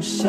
笑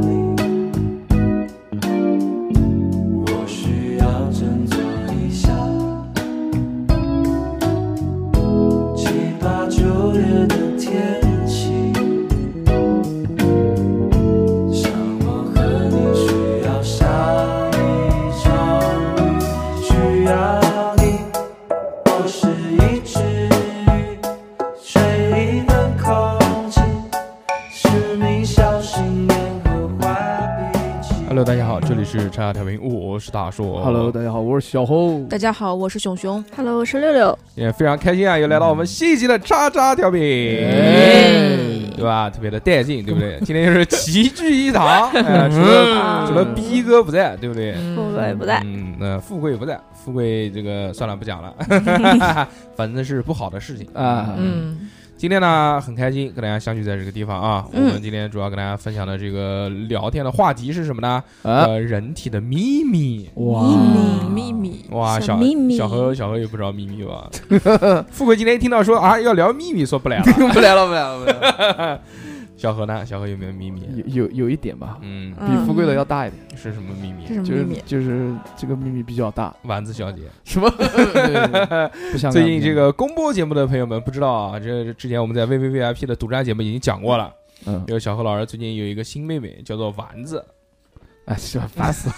里，我需要振作一下。七八九月的天气，像我和你需要下一场雨，需要你。我是一只鱼，水里的空气。是你小心眼和坏脾气。 Hello，大家好，这里是叉叉调频，我是大硕。 Hello，大家好，我是小侯。大家好，我是熊熊。 Hello，我是六六，也非常开心啊，又来到我们新一集的叉叉调频，对吧？特别的带劲，对不 对？今天又是齐聚一堂，哎除了嗯除了逼哥不在，对不对？富贵不在，嗯，那富贵不在，富贵这个算了，不讲 了，反正是不好的事情啊嗯，今天呢，很开心跟大家相聚在这个地方啊。我嗯们今天主要跟大家分享的这个聊天的话题是什么呢？啊，呃，人体的秘密。哇，秘密哇，小小秘密小何小何也不知道秘密吧？富贵今天一听到说啊要聊秘密，说不来了。不来了，不来了，不来了。 小何呢？小何有没有秘密？啊有有有一点吧，嗯，比富贵的要大一点，是什么秘密啊这？是就嗯秘密是。就是这个秘密比较 大。丸子小姐，什么？对不想最近这个公播节目的朋友们不知道啊，这之前我们在 VVVIP 的独占节目已经讲过了。嗯，因为小何老师最近有一个新妹妹叫做丸子，哎，是 吧？烦死了！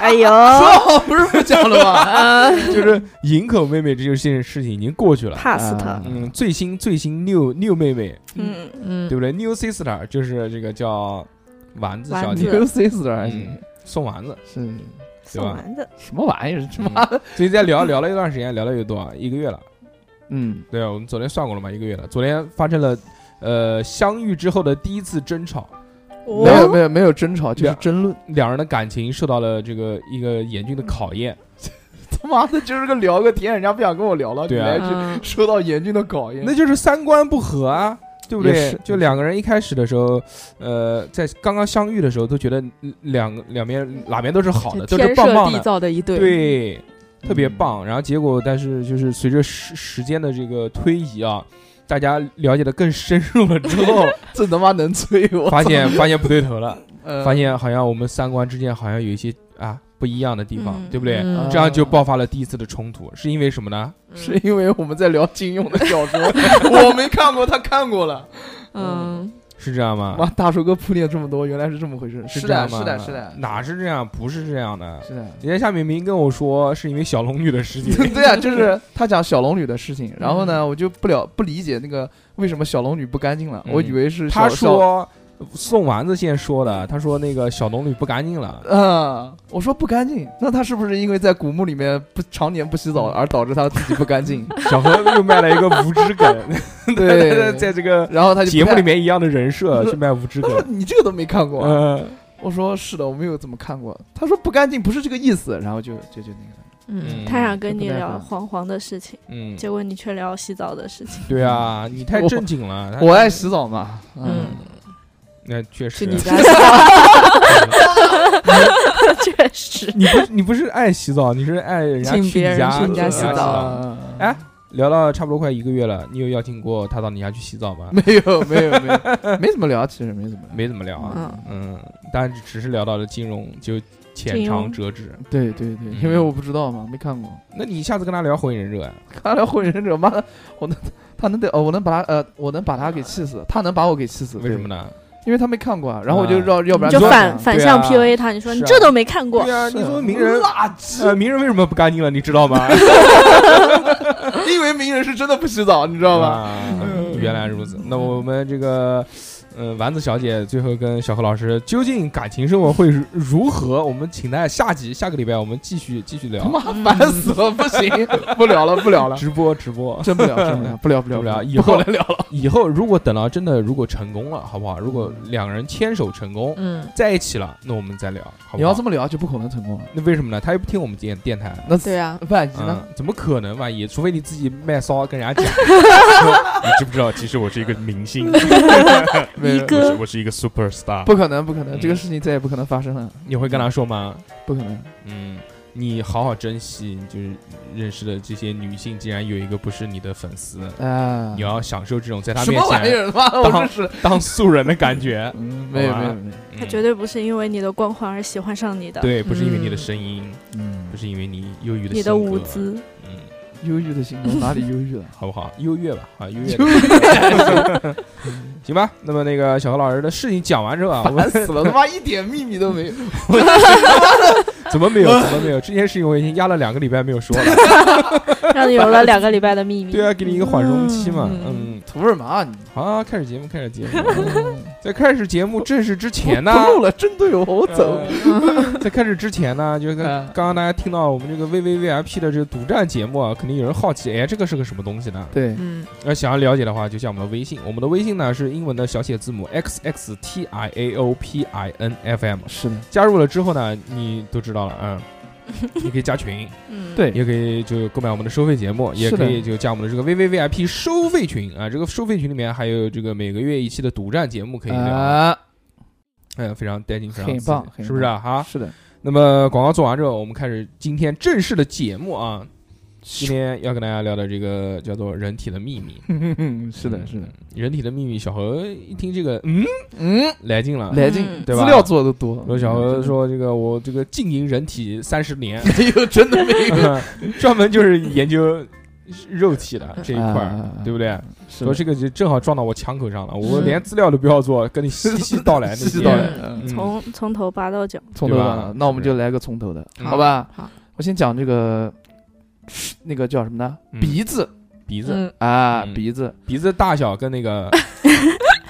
哎呦，哦，不是不讲了吗？就是营口妹妹这件事情已经过去了。 pass 啊他，嗯，最新最新六六妹妹，嗯，嗯对，不对？New sister 就是这个叫丸子丸小姐子，牛 C 死了还行嗯，送丸子，是对送吧？丸子，什么玩意儿？什么？ 嗯最近在聊聊了一段时间，聊了有多少一个月了？嗯，对啊，我们昨天算过了嘛，一个月了。昨天发生了，呃，相遇之后的第一次争吵，没有没有没有争吵，就是争论。两人的感情受到了这个一个严峻的考验。 他妈的，就是个聊个天，人家不想跟我聊了，对啊你来一句嗯受到严峻的考验。那就是三观不合啊，对不对嗯也是？就两个人一开始的时候，呃，在刚刚相遇的时候都觉得嗯两两边哪边都是好的，都是天棒设棒地的，造的一对，对，特别嗯棒。然后结果，但是就是随着时时间的这个推移啊，大家了解的更深入了之后，哦这他妈能催我？ 发现发现不对头了，呃发现好像我们三观之间好像有一些啊不一样的地方，嗯对不对？嗯这样就爆发了第一次的冲突，是因为什么呢？是因为我们在聊金庸的小 说，我没看过，他看过了。嗯，是这样吗？ 妈，大叔哥铺垫这么多，原来是这么回事。是这的，样吗？是的，是的，哪是这样？不是这样的。是的。人家夏明明跟我说是因为小龙女的 事情，对啊，就是他讲小龙女的事情，然后呢，我就不了不理解那个为什么小龙女不干净了，嗯我以为是小他，说宋丸子先说的，他说那个小龙女不干净了小。嗯，我说不干净，那他是不是因为在古墓里面不常年不洗澡而导致他自己不干 净？小何又卖了一个无知梗，对 在这个然后他就节不目太里，面一样的人设去卖无知 他说梗。你这个都没看过啊，嗯我说是的，我没有怎么看过。他说不干净，不是这个意思，然后就就就那个了。嗯嗯，他想跟你不耐聊烦黄黄的事情，嗯，结果你却聊洗澡的事 情，对啊，你太正经了。他我爱洗澡嘛，嗯，嗯，那确实去，你家洗澡，确实， 你不你不是爱洗澡，你是爱人家请去别你人家去你家洗人澡澡。嗯哎聊了差不多快一个月了，你有邀请过他到你家去洗澡吗？ 没有没有没有，没怎么聊，其实没怎么聊。没怎么聊啊，嗯，嗯，但只是聊到了金融，就浅尝辄止。对对对，嗯因为我不知道嘛，没看过。那你下次跟他聊《火影忍者》啊？看来火影忍者，妈的，我能，他能得，哦，我能把他，呃，我能把他给气死，他能把我给气死。为什么呢？呢？因为他没看过啊。然后我就啊让，要不然你就说反反向对啊 PUA 他，你说是你啊这都没看过对，啊，你说名人，垃圾，呃，名人为什么不干净了？你知道 吗？因为名人是真的不洗澡，你知道吧？嗯啊原来如此。那我们这个，呃，丸子小姐最后跟小何老师究竟感情生活会如如何？我们请在下集下个礼拜我们继续继续他聊妈烦死了，不行，不聊了，不 聊了，直播直播。真不聊，真不聊，不聊，不聊，不聊以不后来聊了。以后如果等到真的如果成功了，好不好？如果两人牵手成功嗯，在一起了，那我们再聊，好你不要好这？么聊，就不可能成功了。那为什么呢？他又不听我们电电台。那对啊，万一呢？嗯，怎么可能？万一，除非你自己卖骚跟人 家讲，说你知不知道？其实我是一个明 星，没一有个我是我是一个 super star。不可能，不可能，这个嗯事情再也不可能发生了，你会跟他说吗？不可能。嗯，你好好珍惜，就是认识的这些女性，竟然有一个不是你的粉丝，嗯啊你要享受这种在她什面么玩意前儿？妈的，我真是，当素人的感觉。嗯，没有好吧啊没有没有， 他嗯绝对不是因为你的光环而喜欢上你的，对，不是因为你的嗯声音，嗯 不，是因为你忧郁的你的性格舞， 姿，嗯，忧郁的心情哪里忧郁了？啊好不好？优越吧，啊，优 越忧感，郁，行吧。那么那个小何老师的事情讲完之后 啊，我烦们 死了，他妈一点秘密都没有。怎么没有？怎么没有？这件事情我已经压了两个礼拜没有说了。让你有了两个礼拜的秘密。对啊，给你一个缓冲期嘛。嗯嗯，图什么啊 你？好啊，开始节目，开始节目。 在开始节目正式之前呢，不录了，针对我，我走。呃。在开始之前呢，就是跟嗯刚刚大家听到我们这个 VVVIP 的这个独占节目啊，肯定有人好奇，哎，这个是个什么东西呢？对，嗯那想要了解的话，就像我们的微信，我们的微信呢是英文的小写字母 x x t i a o p i n f m。是的，加入了之后呢，你都知道了，嗯。 你可以加群，嗯，对，也可以就购买我们的收费节目，也是的可以就加我们的这个 VVVIP 收费群啊。这个收费群里面还有这个每个月一期的独占节目可以聊，啊，嗯，非常带劲，非常很刺激棒很是不是啊？哈， 是的，那么广告做完之后，我们开始今天正式的节目啊。今天要跟大家聊的这个叫做“人体的秘密嗯是的，是的，”。人体的秘密，小何一听这个，嗯，嗯，来劲了。来劲，嗯对吧资料做的多。我小何说：“这个我这个经营人体三十 年， 没有，嗯真的没有专门就是研究肉体 的这一块儿，啊对不对？是说的，这个就正好撞到我枪口上了，我嗯连资料都不要做，跟你细细道 来，细细道来，嗯嗯嗯从从头扒到脚，从头对吧到尾。那我们是就来个从头的，嗯好吧？好，我先讲这个，那个叫什么呢嗯？鼻子鼻子嗯啊，嗯鼻子，鼻子大小跟那个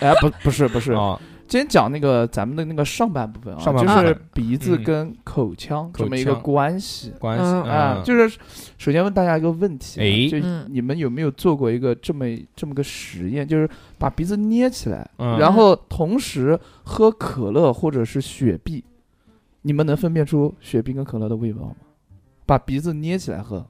哎，不，不是，不是，啊今天讲那个咱们的那个上半部分啊，上半部就分是鼻子嗯跟口腔口这么一个腔关系关系嗯啊。就是首先问大家一个问题啊，哎就嗯你们有没有做过一个这么这么个实验，就是把鼻子捏起来，嗯然后同时喝可乐或者是雪碧，你们能分辨出雪碧跟可乐的味道吗？把鼻子捏起来喝，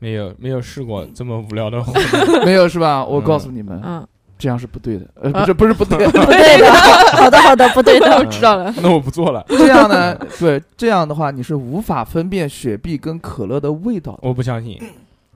没有没有试过这么无聊的活 没有是吧？我嗯告诉你们，嗯，啊这样是不对的，呃，不是不是不对，不对的，好的好的，不对的，我知道了。那我不做了，这样 呢，对，这样的话你是无法分辨雪碧跟可乐的味道的。我不相信。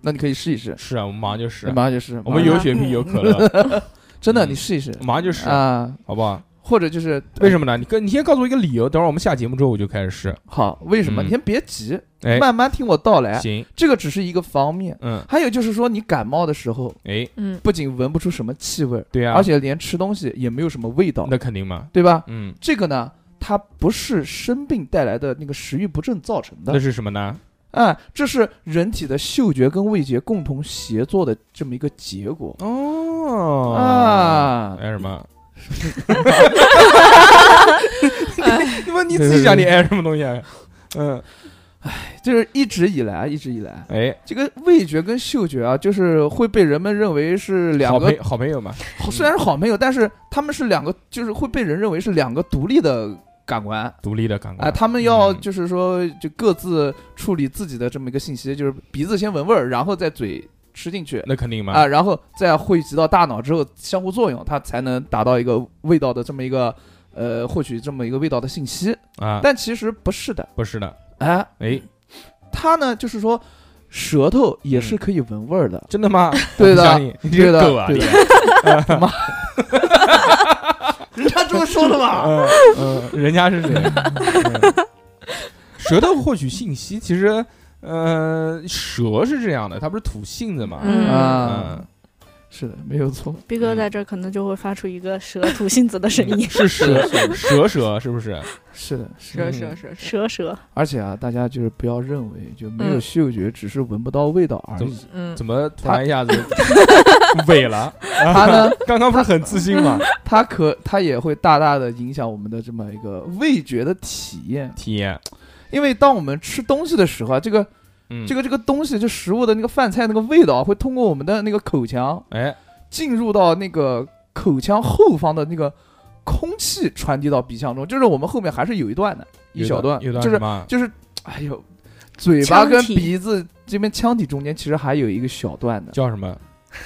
那你可以试一试，是啊，我们马上就试你，嗯马上就试。我们马上有雪碧有可 乐，真的，嗯你试一试马上就试，啊，好不好？或者就是为什么呢？你跟你先告诉我一个理由，等会儿我们下节目之后我就开始试。呃好？为什么？嗯你先别急，哎，慢慢听我道来。啊行，这个只是一个方面，嗯，还有就是说，你感冒的时候，哎，嗯不仅闻不出什么气味儿，对啊，而且连吃东西也没有什么味道，那肯定嘛，对吧？嗯，这个呢，它不是生病带来的那个食欲不振造成那的，是什么呢？啊，这是人体的嗅觉跟味觉共同协作的这么一个结果哦， 啊。哎什么？哎那么你自己讲，你 哎什么东西？啊？嗯，哎就是一直以来，一直以来，哎，这个味觉跟嗅觉啊，就是会被人们认为是两好朋个，友好朋友嘛，好虽然是好朋友，但是他们是两个，就是会被人认为是两个独立的感官啊、独立的感官，他们要嗯就是说，就各自处理自己的这么一个信息，就是鼻子先闻味儿，然后再嘴吃进去那肯定嘛啊、，然后再汇集到大脑之后相互作用，它才能达到一个味道的这么一个呃获取这么一个味道的信息。啊，但其实不是的，不是的，哎、哎，它呢就是说。舌头也嗯是可以闻味儿 的，真的吗？对的我不相信你这 对个的狗啊，对你的人家这么说的 嘛？嗯嗯，人家是 谁？嗯舌头获取信息，其实，呃，蛇是这样的，它不是吐信子嘛？嗯，啊嗯，，是的，没有错。逼哥在这儿可能就会发出一个蛇吐信子的 声音，是蛇蛇蛇是不是？是的，是的。是是是是，蛇蛇。而且啊，大家就是不要认为就没有嗯嗅觉，只是闻不到味道而已。嗯怎么突然一下子萎 了？它呢，刚刚不是很自信吗？它可它也会大大的影响我们的这么一个味觉的体验。体验，因为当我们吃东西的时候啊，这个 嗯，这个，个这个东西，就食物的那个饭菜那个味道啊，会通过我们的那个口腔哎，进入到那个口腔后方的那个空气传递到鼻腔中，就是我们后面还是有一段的，一小段，有段就什是么？就是，哎呦，嘴巴跟腔体鼻子这边腔体中间其实还有一个小段的，叫什么？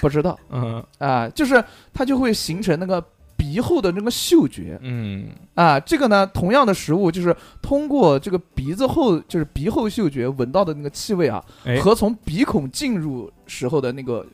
不知道嗯啊、就是它就会形成那个鼻后的那个嗅觉嗯啊。这个呢，同样的食物就是通过这个鼻子后，就是鼻后嗅觉闻到的那个气味啊，哎和从鼻孔进入时候的那个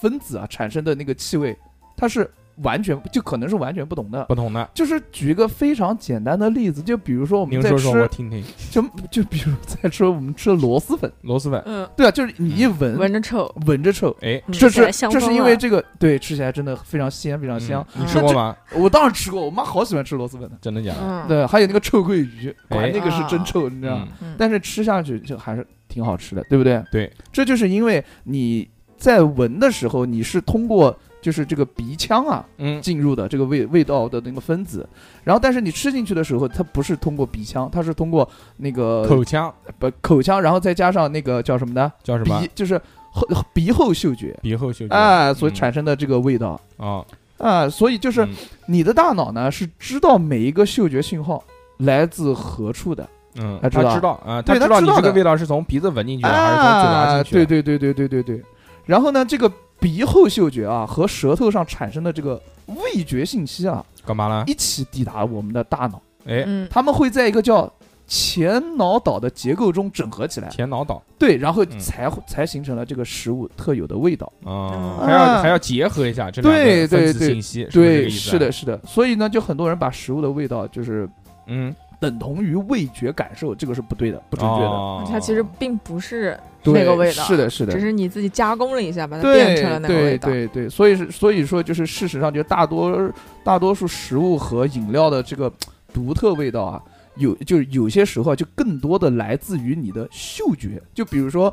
分子啊产生的那个气味，它是完全就可能是完全不同的。不同的，就是举一个非常简单的例子，就比如说我们您在说吃，说我听听。就就比如在吃我们吃的螺蛳粉，螺蛳粉，嗯，对啊，就是你一闻闻着臭，闻着啊臭，哎，嗯这吃起是来香这是疯因为了这个对吃起来真的非常鲜非常香。嗯你啊吃过吗？我当然吃过，我妈好喜欢吃螺蛳粉的。真的假的？嗯，对，还有那个臭鳜鱼，管啊哎那个是真臭，你知道吗？嗯嗯，但是吃下去就还是挺好吃的，对不对？对，这就是因为你在闻的时候，你是通过就是这个鼻腔啊嗯，进入的这个味味道的那个分子，然后但是你吃进去的时候，它不是通过鼻腔，它是通过那个口腔不口腔，然后再加上那个叫什么呢？叫什么？鼻就是后呃鼻后嗅觉鼻后嗅觉啊，所嗯产生的这个味道。哦，啊，所以就是嗯你的大脑呢是知道每一个嗅觉信号来自何处的，嗯，他他知道知道啊，对他知道知你道这个的味道是从鼻子闻进去的，还是从嘴巴啊，进去的？对对对对对对对。然后呢，这个鼻后嗅觉啊和舌头上产生的这个味觉信息啊，干嘛呢？一起抵达我们的大脑，哎，嗯，他们会在一个叫前脑岛的结构中整合起来，前脑岛对，然后嗯才会才形成了这个食物特有的味道。哦啊，嗯还要啊还要结合一下这两个对分对子对信息，是不是这个对，意思啊是的，，是的。所以呢，就很多人把食物的味道就是嗯，等同于味觉感受，这个是不对的，不准确的。哦它其实并不是对那个味道，是的，，是的，只是你自己加工了一下，把它呃变对成了那个味对道，对对，所以是所以说就是事实上，就大多大多数食物和饮料的这个独特味道啊，有就是有些时候啊就更多的来自于你的嗅觉，就比如说。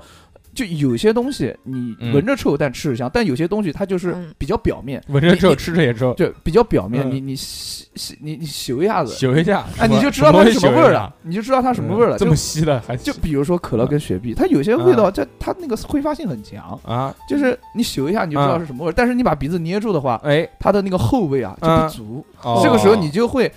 就有些东西你嗯闻着臭但吃着香，但有些东西它就是嗯比较表面，闻着之后你吃着也之后就比较表面。嗯你你吸吸你你嗅一下子，嗅一下，哎，什么你就知道它是什么味儿，了东，你就知道它西嗅一下什么味儿了。嗯这就么嗯稀的还就比如说可乐跟雪碧，它有些味道，它它那个挥发性很强，啊，就是你嗅一下你就知嗯道是什么味儿，但是你把鼻子捏住的话，哎，它的那个后味啊就嗯不足，哦这个时候你就会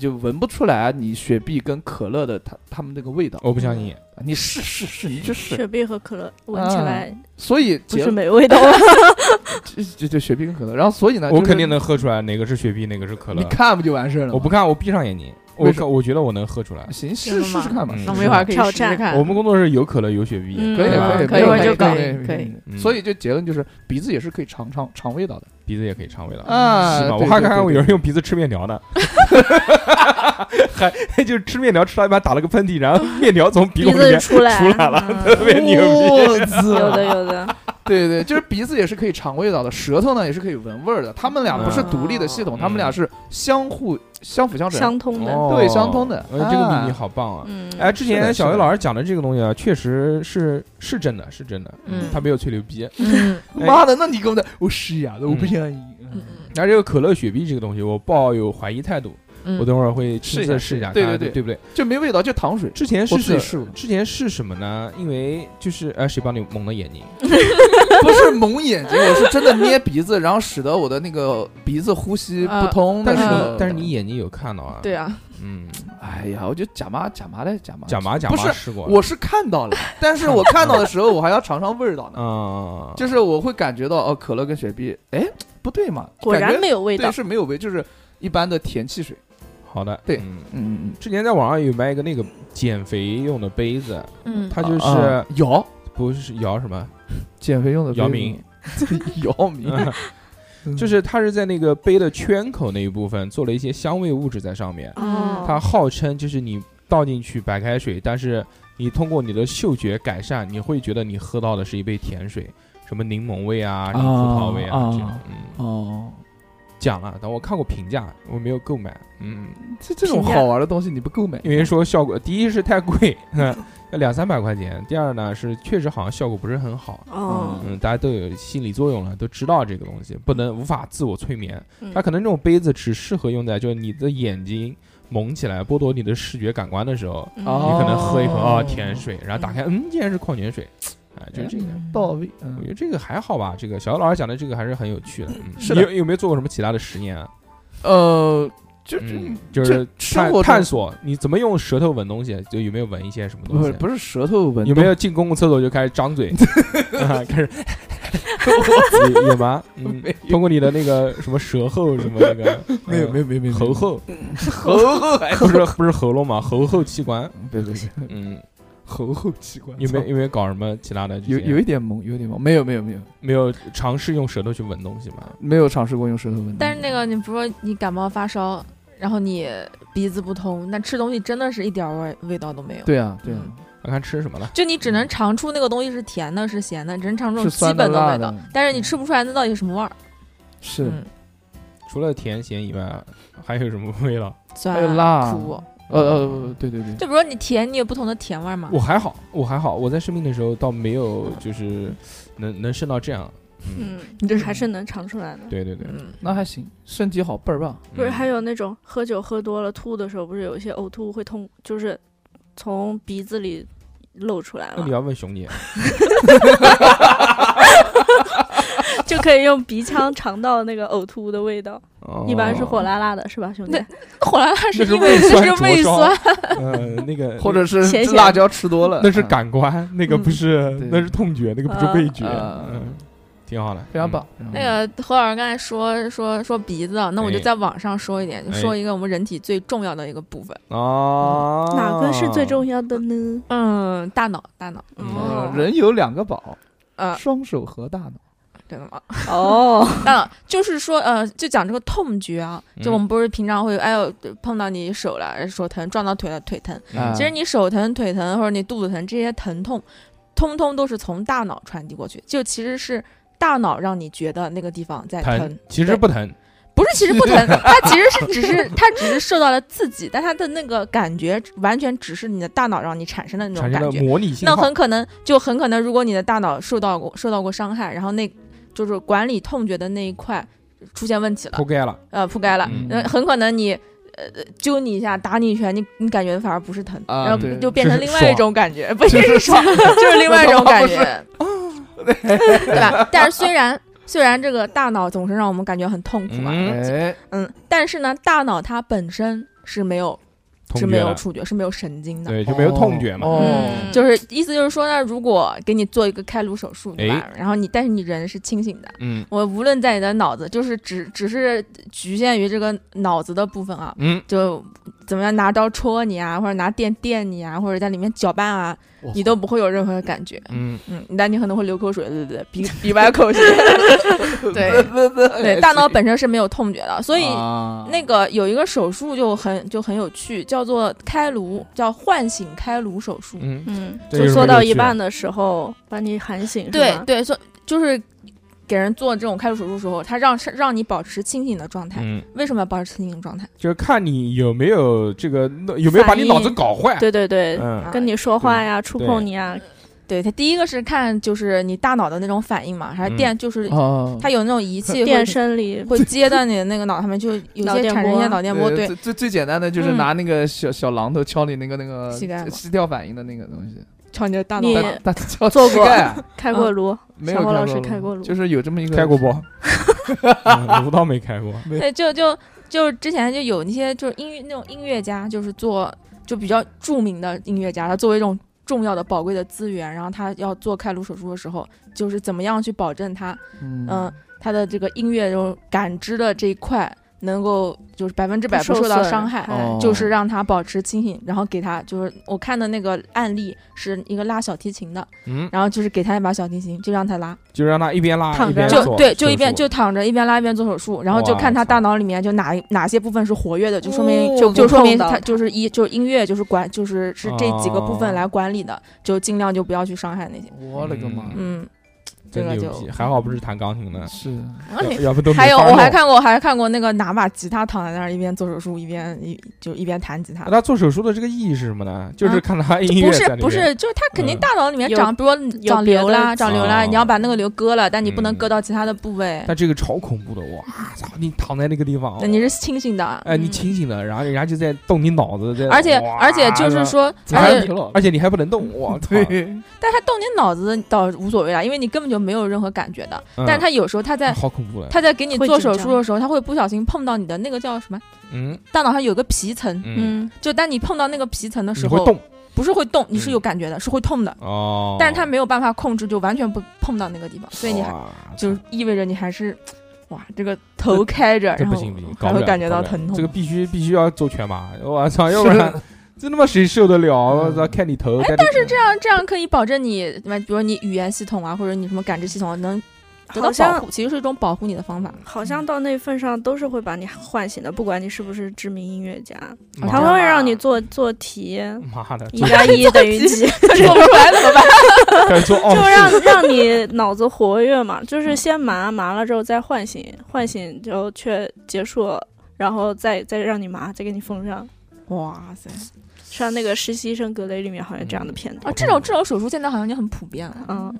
就闻不出来你雪碧跟可乐的它它们那个味道。我不相信，你试试试，你去试。雪碧和可乐闻啊起来所以不结是没味道啊，就就就雪碧跟可乐，然后所以呢，我呃就是肯定能喝出来哪个是雪碧，哪个是可乐你。看不就完事儿了吗？我不看，我闭上眼睛，我为什可我觉得我能喝出来。行，真试的试吗试看吧。嗯试那我试们一会儿看可以挑试试战看，我们工作室有可乐有雪碧，嗯可以对吧可以可以没有可以问题可以没有问题没有问可以题嗯所以就结论就是鼻子也是可以尝尝尝味道的鼻子也可以尝味道。啊是吧？对我还对看看对有对人用鼻子吃面条 呢，还 就是吃面条吃到一半打了个喷嚏， 然后面条从鼻鼻孔里子面出来出来了，嗯特别牛逼。嗯我操有 的有的， 对对，就是鼻子也是可以尝味道的，舌头呢也是可以闻味儿 的。他们俩不是独立的系统，嗯他们俩是相互相辅相成。相通的，哦对相通的呃这个啊比你好棒啊！嗯，哎，之是前的小是薇的老师讲的这个东西啊，确实是是真的，是真的，嗯他没有吹牛逼。嗯哎妈的，那你给我的，我是呀，我不相信。嗯那这个可乐、雪碧这个东西，我抱有怀疑态度，嗯，我等会儿会亲试一自下试一下，对看看对对对不对？ 就没味道，就糖水。之前我是自己什试过，之前是什么呢？因为就是哎，谁帮你蒙的眼睛？不是蒙眼睛，我是真的捏鼻子，然后使得我的那个鼻子呼吸不通的但是时你候嗯。但是你眼睛有看到啊？对，啊，嗯，哎呀，我就假麻假麻嘞，假麻假。麻假不麻是试过了，我是看到了，但是我看到的时候，我还要尝尝味儿道 呢。嗯，就是我会感觉到哦，可乐跟雪碧，哎，不对嘛，果感然觉没有味对道，是没有味，就是一般的甜汽水。好的，对嗯嗯嗯嗯。之前在网上有卖一个那个减肥用的杯子，嗯，它就是、啊姚不是摇什 么， 减肥用的姚杯子明， 嗯姚明就是它是在那个杯的圈口那一部分做了一些香味物质在上面，哦它号称就是你倒进去白开水，但是你通过你的嗅觉改善，你会觉得你喝到的是一杯甜水，什么柠檬味啊，什么葡萄味啊，啊这种嗯，哦，讲了，但我看过评价，我没有购买，嗯，这这种评价好玩的东西你不购买因为说效果，第一是太贵， 要两三百块钱，第二呢是确实好像效果不是很好。哦，嗯，大家都有心理作用了，都知道这个东西不能无法自我催眠。嗯它可能这种杯子只适合用在就是你的眼睛蒙起来，剥夺你的视觉感官的时候，嗯你可能喝一口啊、哦甜水，然后打开，嗯，竟然是矿泉水，啊，就是这个。到位，我觉嗯得这个还好吧，这个小姚老师讲的这个还是很有趣的。嗯、是你的有有没有做过什么其他的实验啊？呃，就嗯就就，是生探活中探索你怎么用舌头闻东西，就有没有闻一些什么东不西？是不是舌头闻， 有没有进公共厕所就开始张嘴，啊、开始野野 蛮，嗯没，通过你的那个什么舌后什么那 个，没有没有有没有没有喉后，哎喉后还不是不是喉咙嘛，喉后器 官，别别别嗯，喉后器官有没有有没有搞什么其他的这些？有有一点懵，有一点懵，没有没有没有没有尝试用舌头去闻东西吗？没有尝试过用舌头闻东西，但是那个，你不说你感冒发烧，然后你鼻子不通，那吃东西真的是一点儿味味道都没有。对啊对啊，嗯我看吃什么了？就你只能尝出那个东西是甜的，是咸的，只能尝出这是种基酸的本辣味道的，，但是你吃不出来那到底是什么味儿。是嗯，除了甜咸以外，啊还有什么味道？还有酸、辣苦。呃呃对对对，就比如说你甜，你有不同的甜味儿嘛我。还好，我还好，我在生病的时候倒没有，就是能能剩到这样。嗯，嗯，你这还是能尝出来的。对对对，嗯，那还行，身体好倍儿棒，不是嗯还有那种喝酒喝多了吐的时候，不是有一些呕吐会痛，就是从鼻子里漏出来那嘛你，要问熊姐，就可以用鼻腔尝到那个呕吐的味道，哦一般是 火火辣辣的，是吧，兄弟？火辣辣那是是因为胃酸是灼胃烧酸，嗯，那个 或者是咸这咸辣椒吃多了，那是嗯感官，那个不是对，那是痛觉，那个不是味觉，啊嗯，挺好的，嗯非常棒，非常棒那个何老师刚才说说说鼻子啊，那我就哎再往上说一点，就哎说一个我们人体最重要的一个部分，嗯啊。哪个是最？重要的呢？嗯，大脑，大脑，哦嗯，人有两个宝，呃，双手和大脑。真的吗？哦， 大脑就是说，呃，就讲这个痛觉啊，嗯就我们不是平常会，哎呦，碰到你手了，手疼，撞到腿了，腿疼。嗯其实你手疼、腿疼或者你肚子疼这些疼痛，通通都是从大脑传递过去，就其实是大脑让你觉得那个地方在疼，其实对不疼，不是，其实不疼，它其实是只是它只是受到了刺激，但它的那个感觉完全只是你的大脑让你产生的那种产生感了觉。模拟信那号很。可能就很可能，如果你的大脑受到过受到过伤害，然后那就是管理痛觉的那一块出现问题了覆，盖了，呃，覆盖了，嗯呃，很可能你。呃，揪你一下，打你一拳，你你感觉反而不是疼，啊然对后就变成就是另外一爽种感觉，不就是是爽， 就是另外一种感不觉，对吧？但是虽然虽然这个大脑总是让我们感觉很痛苦啊，嗯，哎，嗯，但是呢，大脑它本身是没有痛是没觉有了，触觉，是没有神经的。对，就没有痛觉嘛。嗯哦，就是意思就是说呢，如果给你做一个开颅手术，对吧？哎然后你但是你人是清醒的，嗯我无论在你的脑子，就是只只是局限于这个脑子的部分啊，嗯，就怎么样拿刀戳你啊，或者拿电电你啊，或者在里面搅拌啊哇，你都不会有任何的感觉。嗯，嗯，但你可能会流口水，对对对，鼻鼻 歪口水，哎对对，大脑本身是没有痛觉的，所啊以那那个有一个手术就很就很有趣，叫做开颅，叫唤醒开颅手术。嗯，嗯，这就有什说么到有一趣的半的时候把你喊醒，是对吗对，所以就是给人做这种开颅手术的时候，他让让你保持清醒的状态。嗯，为什么要保持清醒的状态？就是看你有没有这个，有没有把你脑子搞坏。对对对，嗯，跟你说话呀，触对碰你啊呀，啊对他第一个是看就是你大脑的那种反应嘛，还是电，就是哦，它有那种仪器电会生理会接到你的那个脑上面，就有脑些电产生一波些脑电波。对，最最最简单的就是嗯拿那个小小榔头敲你那个那个膝盖吗膝跳反应的那个东西，敲你的大脑你脑对。大敲做膝过盖啊开过颅，没小有侯老师开开过颅就是有这么一个开过 不？嗯我倒没开过。 对，就就就之前就有那些就是音乐那种音乐家，就是做就比较著名的音乐家，他作为一种重要的宝贵的资源，然后他要做开颅手术的时候，就是怎么样去保证他，嗯嗯、他的这个音乐这种感知的这一块能够就是百分之百不受到损伤害。哦就是让他保持清醒，然后给他就是我看的那个案例是一个拉小提琴的，嗯，然后就是给他一把小提琴，就让他拉，就让他一边拉躺一边着就做对，就一手边术就躺着一边拉一边做手术，然后就哇看他操大脑里面就哪一哪些部分是活跃的，就说明、哦就就就说碰明到他就是一就是音乐就是管就是是这几个部哦分来管理的，就尽量就不要去伤害那些。我勒个妈，嗯，这真个牛就哎嗯逼，还好不是弹钢琴的，是要 要不都没还有法我还弄。看过我还看过那个拿把吉他躺在那儿一边做手术一边一就一边弹吉他那。他做手术的这个意义是什么呢？就是啊看他音乐不是在里不面，是，就是他肯定嗯大脑里面有长，比如说有长别瘤的啦，长瘤啦，你哦要把那个瘤割了，但你不能嗯割到其他的部位。但这个超恐怖的，哇操！你躺在那个地方那，你是清醒的啊，哎，你嗯清醒的，然后人家就在动你脑子，在而且哇而且就是说，你而还且挺老而且你还不能动， 我操！对，但他动你脑子倒无所谓啊了，因为你根本就没有任何感觉的。嗯但是他有时候他 在好恐怖了，他在给你会做紧手张术的时候，他会不小心碰到你的那个叫什么？嗯大脑上有个皮层，嗯，嗯，就当你碰到那个皮层的你时会候，动，不是会动，你是嗯有感觉的，是会痛的，哦，但是它没有办法控制，就完全不碰到那个地方，所以你还哇就是意味着你还是，哇，这个头开着，这然不后行不行，搞不还会了感觉到搞不了疼痛。这个必须必须要做全麻，我 操，要不然 这他妈谁受得了？我嗯操，看你哎头。但是这这样这样可以保证你，对吧？比如说你语言系统啊，或者你什么感知系统啊能得到好保像护，其实是一种保护你的方 法。好像到那份上都是会把你唤醒的，不管你是不是知名音乐家，妈他会让你做做题，妈的，一加 一等于几，做不出来怎么办？开始做奥就让数，让你脑子活跃嘛，就是先麻麻了之后再唤醒，唤醒之后却结束，然后再再让你麻，再给你封上。 哇塞！像那个实习生格雷里面好像有这样的片啊，段，这种这种手术现在好像已经很普遍了。嗯，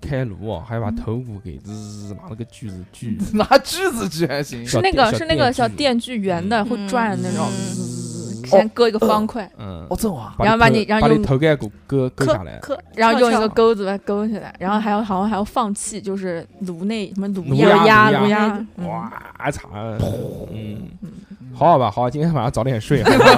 开颅啊，还把头骨给滋，拿了个锯子锯， 拿锯子锯还行。是那个小是那个小电电锯，圆的会转的那种，嗯先割一个方块，嗯，哦，这啊，然后把你然后把你用头盖骨割割磕下来，磕，嗯然后用一翘个翘钩子把它勾起来，然后还有好像还要放气，就是颅内什么颅颅压压颅颅压压，嗯哇操，嗯嗯，好好吧，好啊吧，今天晚上早点睡，好吧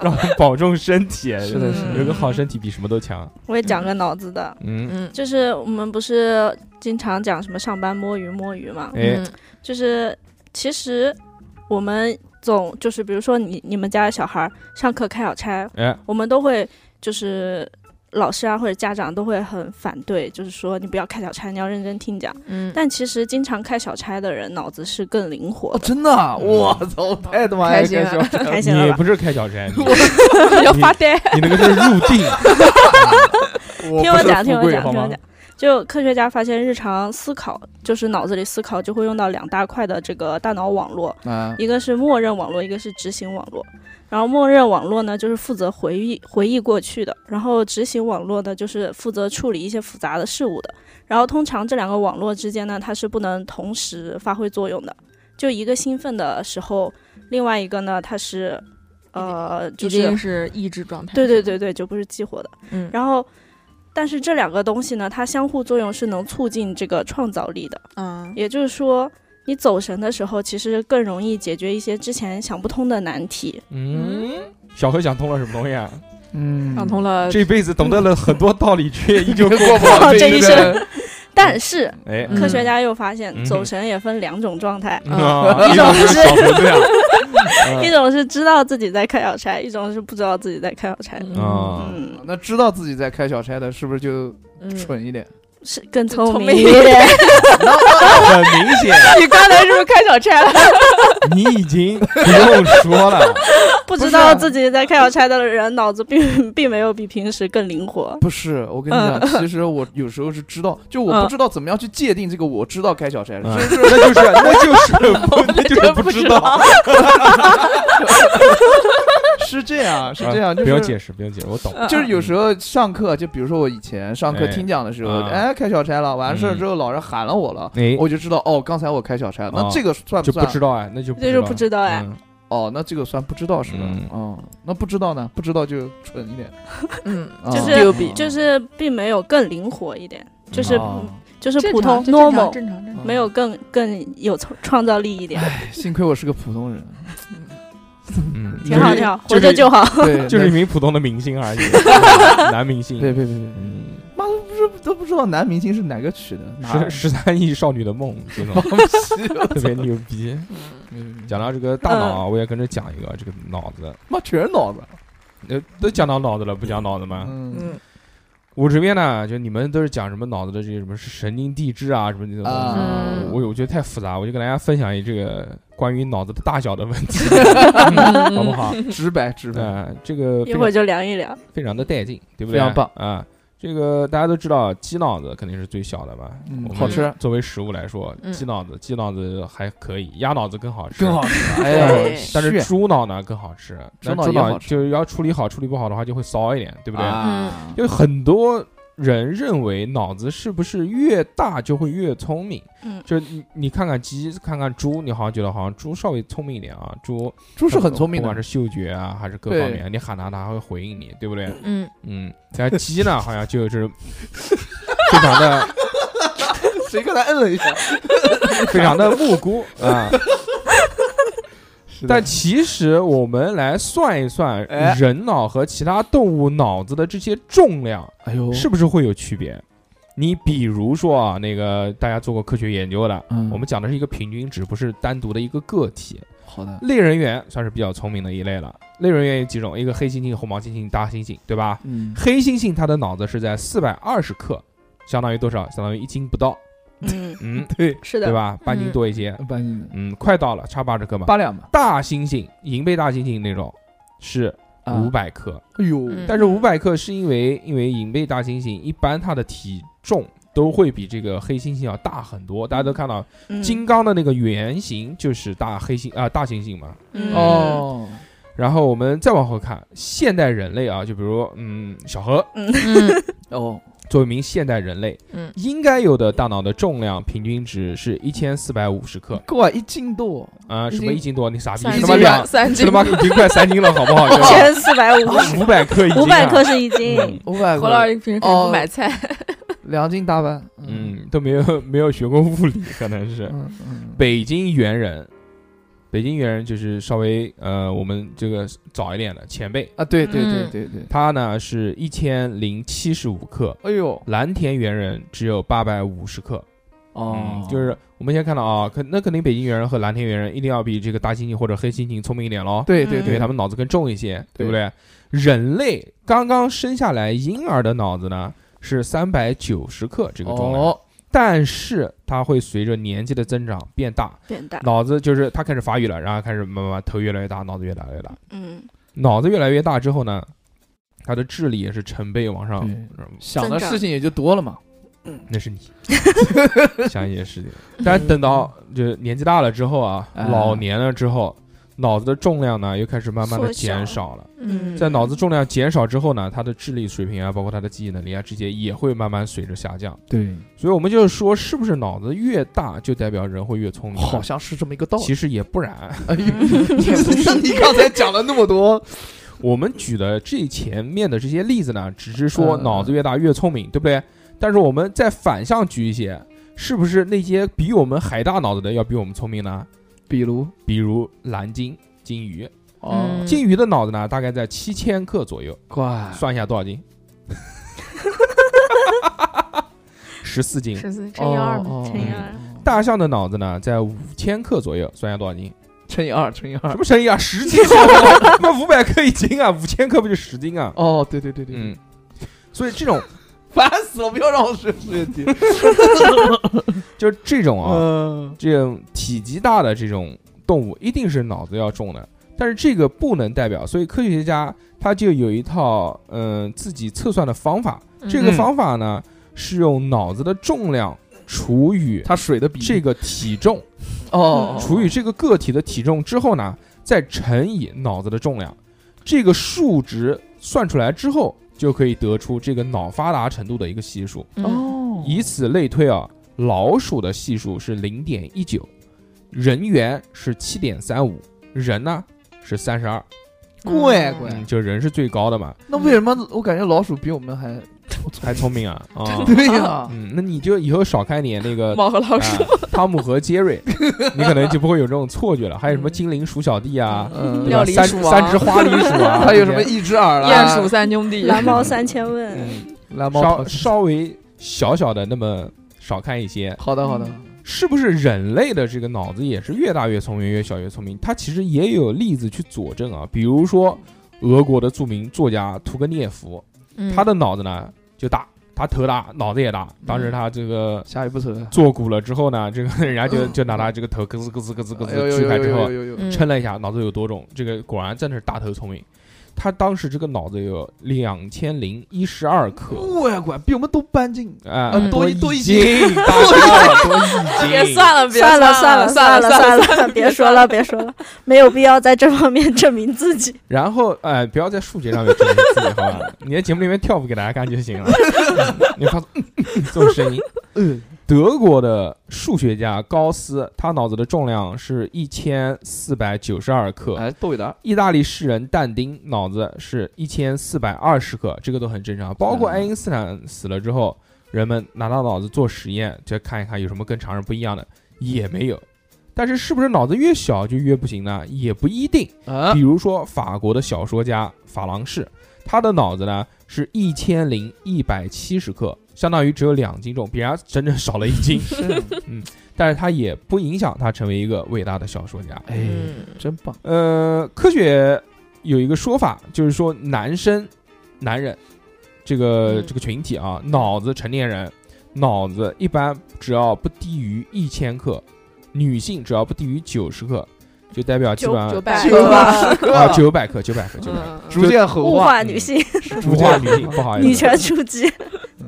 让我们保重身体，是的，是有的，个好身体比什么都强，我也讲个脑子的，嗯，嗯，就是我们不是经常讲什么上班摸鱼摸鱼嘛，哎，嗯就是其实我们总就是比如说你你们家的小孩儿上课开小差，哎，我们都会就是老师啊或者家长都会很反对，就是说你不要开小差，你要认真听讲。嗯，但其实经常开小差的人脑子是更灵活 哦，的，真的啊，嗯我操，我太他妈爱开心干了笑开心你了吧？不是开小差， 你 要发呆，你那个是入定，我不听我是讲，富听我贵讲，好听我吗讲。就科学家发现，日常思考就是脑子里思考就会用到两大块的这个大脑网络，啊，一个是默认网络，一个是执行网络。然后默认网络呢，就是负责回忆回忆过去的；然后执行网络呢，就是负责处理一些复杂的事物的。然后通常这两个网络之间呢，它是不能同时发挥作用的。就一个兴奋的时候，另外一个呢，它是呃，一就是定是抑制状态。对对对对，就不是激活的。嗯然后，但是这两个东西呢，它相互作用是能促进这个创造力的。嗯，也就是说，你走神的时候，其实更容易解决一些之前想不通的难题。嗯，小何想通了什么东西啊？嗯想通了，这辈子懂得了很多道理，却依旧就过过不不好。好这一一生生。但是、哎，嗯科学家又发现，嗯走神也分两种状态，嗯 啊一种是小猴子 呀，嗯一种是知道自己在开小差，一种是不知道自己在开小差。嗯啊，嗯，那知道自己在开小差的，是不是就嗯蠢一点？是更聪聪明明一 点。啊很明显，你刚才是不是开小差 了？你已经不用说了，不不知是啊道自己在开小差的人，脑子并 并没有比平时更灵活。不是，我跟你讲，其实我有时候是知道，就我不嗯知道怎么样去界定这个，我知道开小差，嗯这那就是那 就是不那就是不知道，是这样，是这样，啊就不用是解释，不用解释，我懂。嗯就是有时候上课，就比如说我以前上课哎听讲的时候，啊嗯哎，开小差了，完事儿之后老师喊了我了哎，我就知道哦，刚才我开小差了，啊那这个算就算不？知道哎，那就这就不知道哎嗯哦，那这个算不知道是吧嗯？哦，那不知道呢？不知道就蠢一点，嗯，啊就是丢比就是并没有更灵活一点，就是、哦就是正普常通这正常 normal，正常正常。没有更更有创创造力一点，啊幸亏我是个普通 人，嗯挺好就是挺好，就是活着就好。对，就是一那名普通的明星而已， 男明星。对，对对对，嗯，妈都不知都不知道男明星是哪个取的，哪十十三亿少女的梦这种 特别牛逼。讲到这个大脑嗯啊，我也跟着讲一个这个脑子，嗯妈全是脑子。呃，都讲到脑子了，不讲脑子吗？嗯，嗯，我这边呢，就你们都是讲什么脑子的这些什么神经递质啊，什么这种东西。啊嗯 我我觉得太复杂，我就跟大家分享一这个关于脑子的大小的问题，嗯好不 好？直白直白，呃，这个非一会常儿就量一量。非常的带劲，对不对？非常棒啊！这个大家都知道，鸡脑子肯定是最小的嘛。嗯我们好吃作为食物来说，嗯鸡脑子鸡脑子还可以，鸭脑子更好吃，更好。吃。哎对呀，但是炫猪脑呢更好吃，但猪猪脑也脑好吃就是要处理好，处理不好的话就会骚一点，对不对？嗯啊因为很多人认为脑子是不是越大就会越聪明？嗯就是你你看看鸡，看看猪，你好像觉得好像猪稍微聪明一点啊，猪猪是很聪明不的管是，嗅觉啊还是各对方面，你喊它它还会回应你，对不对？嗯，嗯，但鸡呢好像就是 非常的 谁跟他摁了一下？非常的木菇啊。是的但其实我们来算一算哎，人脑和其他动物脑子的这些重量哎呦，是不是会有区别？你比如说啊，那个大家做过科学研究的，嗯我们讲的是一个平均值，不是单独的一个个体。好的，类人猿算是比较聪明的一类了。类人猿有几种？一个黑猩猩、红毛猩猩、大猩猩，对吧？嗯，黑猩猩它的脑子是在四百二十克，相当于多少？相当于一斤不到，嗯，嗯，对，是对的，吧？半斤多一些，半斤嗯，快到了，差八十克嘛。八两吧，大猩猩，银背大猩猩那种是啊五，百克，哎呦，嗯但是五百克是因为因为银背大猩猩一般它的体重都会比这个黑猩猩要大很多。大家都看到嗯金刚的那个原型就是大黑猩啊、大猩猩嘛。嗯哦，然后我们再往后看，现代人类啊，就比如嗯小何嗯哦，作为一名现代人类， 嗯，应该有的大脑的重量平均值是一千四百五十克哇，一斤多，啊、已什经么一斤多？你傻逼，三你斤他妈两，三你斤他，妈已经快三斤了，好不好？一千四百五，五百克一斤、啊，五百克是一斤嗯，五百何老块，师平时可以不买菜，两斤大半，嗯，都没有没有学过物理，可能是嗯嗯，北京猿人。北京猿人就是稍微呃，我们这个早一点的前辈，啊，对对对嗯对对，他呢是一千零七十五克，哎呦，蓝田猿人只有八百五十克。哦嗯，，就是我们先看到啊，肯那肯定北京猿人和蓝田猿人一定要比这个大猩猩或者黑猩猩聪明一点喽。对对嗯因为对，他们脑子更重一些，对不对对？人类刚刚生下来婴儿的脑子呢是三百九十克这个重量，哦，但是它会随着年纪的增长变大，变大，脑子就是它开始发育了，然后开始慢慢慢头越来越大，脑子越来越大，嗯，脑子越来越大之后呢，它的智力也是成倍往上对，嗯想的事情也就多了嘛，那是你 想一些事情，但是等到就是年纪大了之后啊，啊老年了之后，脑子的重量呢又开始慢慢的缩小减少了。 嗯在脑子重量减少之后呢，他的智力水平啊，包括他的记忆能力啊，这些也会慢慢随着下降。对，所以我们就是说，是不是脑子越大就代表人会越聪明？好，像是这么一个道嗯理。其实也不然。哎 呦，你刚才讲了那么多，我们举的这前面的这些例子呢，只是说嗯脑子越大越聪明，对不对？但是我们再反向举一些，是不是那些比我们还大脑子的要比我们聪明呢？比如比如蓝鲸、鲸鱼，哦嗯，鲸鱼的脑子呢，大概在七千克左右，怪算一下多少斤？十四斤。十四乘以二嘛，哦乘以二，大象的脑子呢，在五千克左右，算一下多少斤？乘以二，乘以什二。么生意啊？十斤？ 那五百克一斤啊，五千克不就十斤啊？哦，对对对对，嗯，所以这种烦死了！不要让我说数学题。就是这种啊，嗯，这种体积大的这种动物，一定是脑子要重的。但是这个不能代表，所以科学家他就有一套嗯、呃自己测算的方法。这个嗯方法呢是用脑子的重量除以它水的比例这个体重，哦，除以这个个体的体重之后呢，再乘以脑子的重量，这个数值算出来之后，就可以得出这个脑发达程度的一个系数。嗯哦，以此类推啊，老鼠的系数是零点一九，人猿是七点三五，人呢是三十二，怪怪。嗯，就人是最高的嘛，那为什么我感觉老鼠比我们还？还聪明啊啊。对呀，嗯，那你就以后少看点那个猫和老鼠，啊汤姆和杰 瑞，你可能就不会有这种错觉了。还有嗯什么精灵鼠小弟啊，嗯对吧料理三鼠王三只花栗鼠 啊， 它有什么这些一只 耳啦？啊鼹鼠三兄弟，蓝猫三千问，嗯蓝猫稍跑。稍微小小的那么少看一些，好的好的，是不是人类的这个脑子也是越大越聪明，越小越聪明？它其实也有例子去佐证啊，比如说俄国的著名作家屠格涅夫，嗯他的脑子呢就大，他头大，脑子也大。当时他这个下一步走。做骨了之后呢，这个人家就就拿他这个头咯吱咯吱咯吱咯哎呦吱呦锯开呦之后啊呦，呦呦！嗯称了一下脑子有多重，这个果然真的是大头聪明。他当时这个脑子有两千零一十二克，怪哎怪，比我们都搬进。啊、嗯多多一多一斤，大哥多一斤，别算了，别算了，算了，了算了算算了，算了别说了别说了，没有必要在这方面证明自己。然后，哎、不要在数学上面证明自己，好吧？你在节目里面跳舞给大家看就行了。你发出嗯嗯这种声音。嗯，德国的数学家高斯，他脑子的重量是一千四百九十二克。哎，豆一达，意大利诗人但丁脑子是一千四百二十克，这个都很正常。包括爱因斯坦死了之后，人们拿他脑子做实验，就看一看有什么跟常人不一样的，也没有。但是是不是脑子越小就越不行呢？也不一定。啊。比如说法国的小说家法郎士，他的脑子呢是一千零一百七十克，相当于只有两斤重，比人家整整少了一斤 是，但是他也不影响他成为一个伟大的小说家。哎，嗯真棒，呃，科学有一个说法，就是说男生、男人这个、嗯这个群体啊，脑子成年人脑子一般只要不低于一千克，女性只要不低于九十克，就代表基本上九百九百啊九百克、九百克、九百克，嗯逐渐合物化，化女性，逐渐女性， 不好女意思，权主义，嗯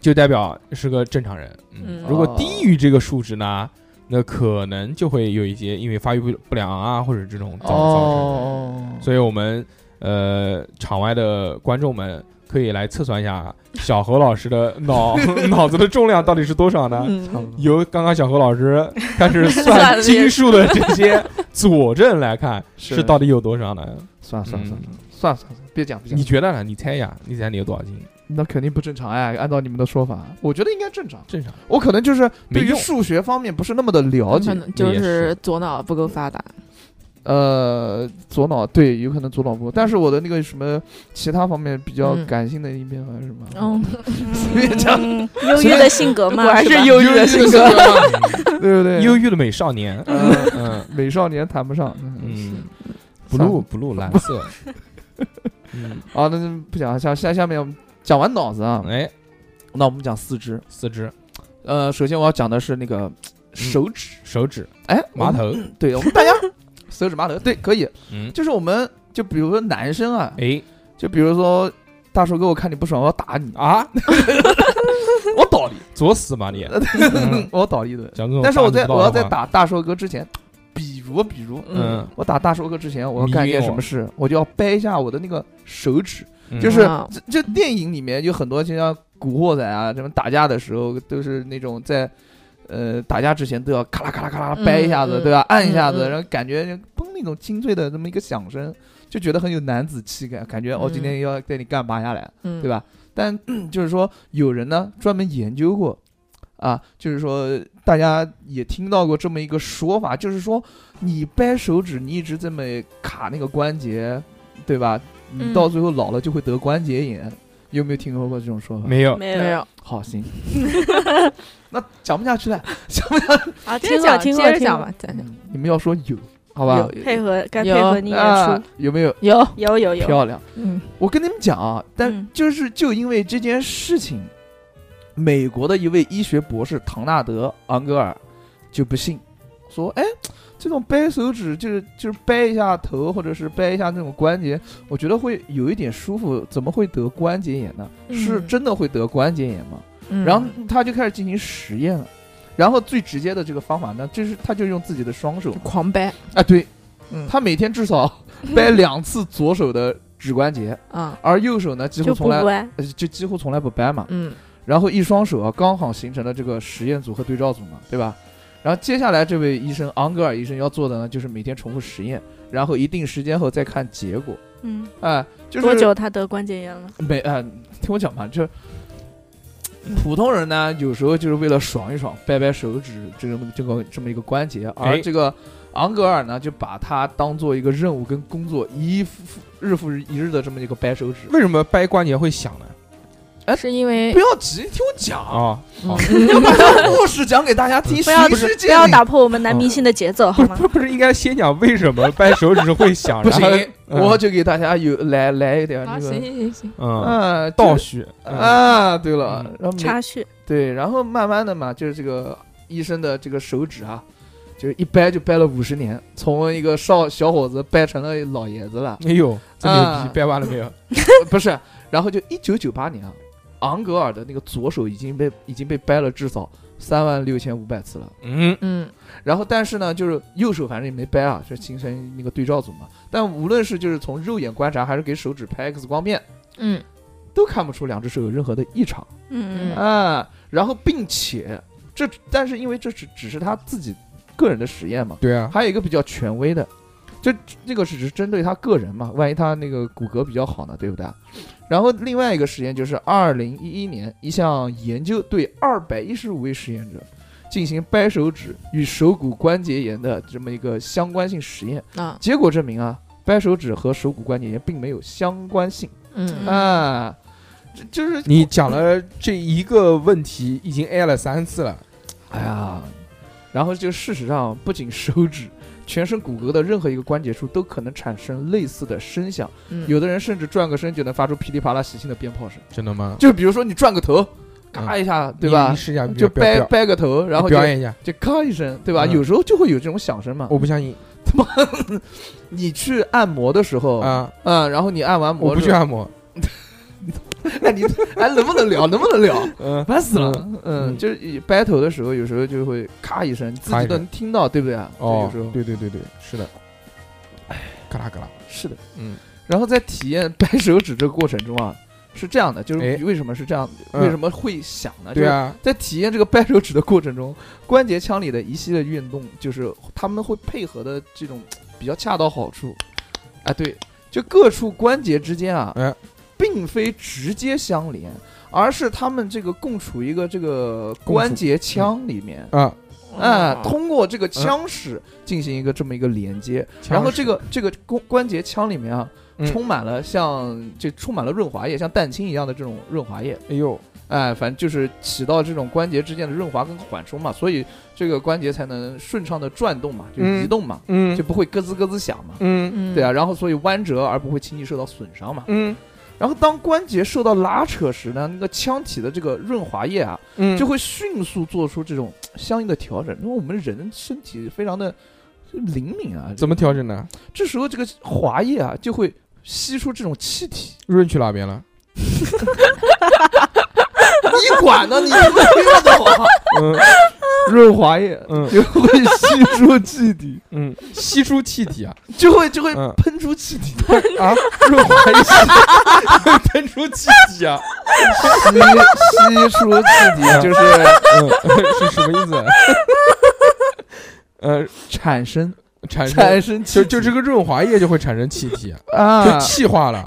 就代表是个正常人。嗯，嗯如果低于这个数值呢？那可能就会有一些因为发育不不良啊，或者这种造造成的哦，所以我们呃场外的观众们可以来测算一下小何老师的脑 脑子的重量到底是多少呢？差嗯，不多由刚刚小何老师开始算算了斤数的这些佐证来 看，是是到底有多少呢？算了算了嗯算了算了算了，别讲别讲你，觉得呢？你猜呀？你猜你有多少斤？那肯定不正常哎，按照你们的说法，我觉得应该正常。正 常。我可能就是没对于用数学方面不是那么的了解可，能就也是是左脑不够发达，呃，左脑对，有可能左脑不，但是我的那个什么其他方面比较嗯感性的一面还啊是什么， 嗯，随便讲，嗯忧郁的性格嘛， 果然吧是忧郁的性格，对不对？忧郁的美少 年。呃嗯美少年谈不上，嗯算，blue blue 蓝色。 嗯，啊，那就不讲了，下下下面我们讲完脑子啊，哎，那我们讲四肢。四肢、呃，首先我要讲的是那个嗯手指，手指、哎，我麻们，头。对我们大家 手指麻头，对，可以，嗯，就是我们就比如说男生啊，哎就比如说大叔哥，我看你不爽，我要打你， 啊，我倒你，作死嘛你！嗯 我倒你一顿。讲这种但是我大在逆不我要道在的话，打大寿哥之前，比如比如，嗯，我打大寿哥之前，我要干一件迷晕我什么事，我就要掰一下我的那个手指。嗯就是啊这这电影里面有很多就像《古惑仔》啊，什么打架的时候都是那种在。呃，打架之前都要咔啦咔啦咔啦嗯掰一下子，嗯对吧？按一下子，嗯嗯然后感觉就砰那种清脆的这么一个响声，就觉得很有男子气概，感觉我、哦、嗯今天要带你干嘛下来。嗯对吧？但、 嗯就是说，有人呢专门研究过，啊，就是说大家也听到过这么一个说法，就是说你掰手指，你一直这么卡那个关节，对吧？你嗯到最后老了就会得关节炎。有没有听说过这种说法？没有没没有有，好，行，那讲不下去了，讲不下去。啊，接听着过讲，听接过着听讲过，吧，再讲。你们要说有，好吧？有配合该配有合你演啊出，，有没有？有，有有有，漂亮。嗯，我跟你们讲啊，但嗯就是就因为这件事情，美国的一位医学博士唐纳德·昂格尔就不信，说：“哎，这种掰手指就是就是掰一下头，或者是掰一下那种关节，我觉得会有一点舒服，怎么会得关节炎呢？嗯是真的会得关节炎吗？”嗯然后他就开始进行实验了。然后最直接的这个方法呢，就是他就用自己的双手狂掰啊，对，嗯他每天至少掰两次左手的指关节，啊，而右手呢几乎就从不来乖，呃，就几乎从来不掰嘛。嗯然后一双手啊，刚好形成了这个实验组和对照组嘛，对吧？然后接下来这位医生昂格尔医生要做的呢，就是每天重复实验，然后一定时间后再看结果。嗯，哎、就是多久他得关节炎了？没哎、听我讲嘛，就是普通人呢，有时候就是为了爽一爽，掰掰手指这么这个这么一个关节，而哎这个昂格尔呢，就把它当做一个任务跟工作，一复日复一日的这么一个掰手指。为什么掰关节会响呢？是因为 不要急，听我讲。啊，嗯 要把这故事讲给大家听，不要不是不要打破我们男明星的节奏好不吗？不不是应该先讲为什么掰手指会 响？不行，嗯我就给大家有来来一点啊，那行个，行行行，嗯，嗯，倒就叙嗯啊，对了嗯，然后每插叙，对，然后慢慢的嘛，就是这个医生的这个手指啊，就是一掰就掰了五十年，从一个少小伙子掰成了老爷子 了，哎呦，这牛啊逼，掰完了没有？不是，然后就一九九八年啊，昂格尔的那个左手已经被已经被掰了至少三万六千五百次了。嗯，嗯然后但是呢，就是右手反正也没掰啊，就形成那个对照组嘛。但无论是就是从肉眼观察，还是给手指拍 X 光片，嗯都看不出两只手有任何的异常嗯嗯啊。然后并且这，但是因为这只只是他自己个人的实验嘛，对啊，还有一个比较权威的，就那个只是针对他个人嘛，万一他那个骨骼比较好呢，对不对？然后另外一个实验就是二零一一年一项研究对二百一十五位实验者进行掰手指与手骨关节炎的这么一个相关性实验。啊，结果证明啊，掰手指和手骨关节炎并没有相关性、嗯啊，这就是你讲了这一个问题，已经挨了三次了。哎呀，然后就事实上，不仅手指，全身骨骼的任何一个关节处都可能产生类似的声响，嗯，有的人甚至转个身就能发出噼里啪啦喜庆的鞭炮声。啊真的吗？就比如说你转个头，咔一下，对你吧你？试一下，就表掰表掰个头，然后就嗯表演一下，就咔一声，对吧？嗯有时候就会有这种响声嘛。我不相信你去按摩的时候，啊！嗯，然后你按完摩我不之去后，按摩，那你 哎，能不能聊？ 能不能聊？嗯，烦死了嗯。嗯，嗯就是一掰头的时候，有时候就会咔一声，你自咔己一都声能听到，对不对啊？就哦有时候，对对对对，是的，嘎啦嘎啦，是的。嗯，然后在体验掰手指这个过程中啊，是这样的，就哎是为什么是这样，嗯为什么会响呢？对，啊，在体验这个掰手指的过程中，关节腔里的一系列运动，就是他们会配合的这种比较恰到好处。啊，对，就各处关节之间啊，哎并非直接相连，而是他们这个共处一个这个共处嗯关节腔里面。啊，啊，通过嗯这个腔室进行一个这么一个连接，然后这个这个关关节腔里面啊，嗯充满了像这充满了润滑液，像蛋清一样的这种润滑液，哎呦，哎，反正就是起到这种关节之间的润滑跟缓冲嘛，所以这个关节才能顺畅的转动嘛，就嗯移动嘛，嗯就不会咯吱咯吱响嘛，嗯嗯对啊，，然后所以弯折而不会轻易受到损伤嘛。嗯然后当关节受到拉扯时呢，那个腔体的这个润滑液啊，嗯，就会迅速做出这种相应的调整，因为我们人身体非常的灵敏啊，怎么调整呢？这时候这个滑液啊就会吸出这种气体，润去哪边 了？你管呢？你 听不听得懂啊？嗯润滑液嗯 就会吸出气体，嗯，吸出气体啊 就会就会嗯喷出气体，啊，润滑一吸，会 喷出气体啊， 吸吸出气 体就是嗯， 是什么意思？呃，产生产产生生气就体，就这个润滑液就会产生气体，就啊，气化了，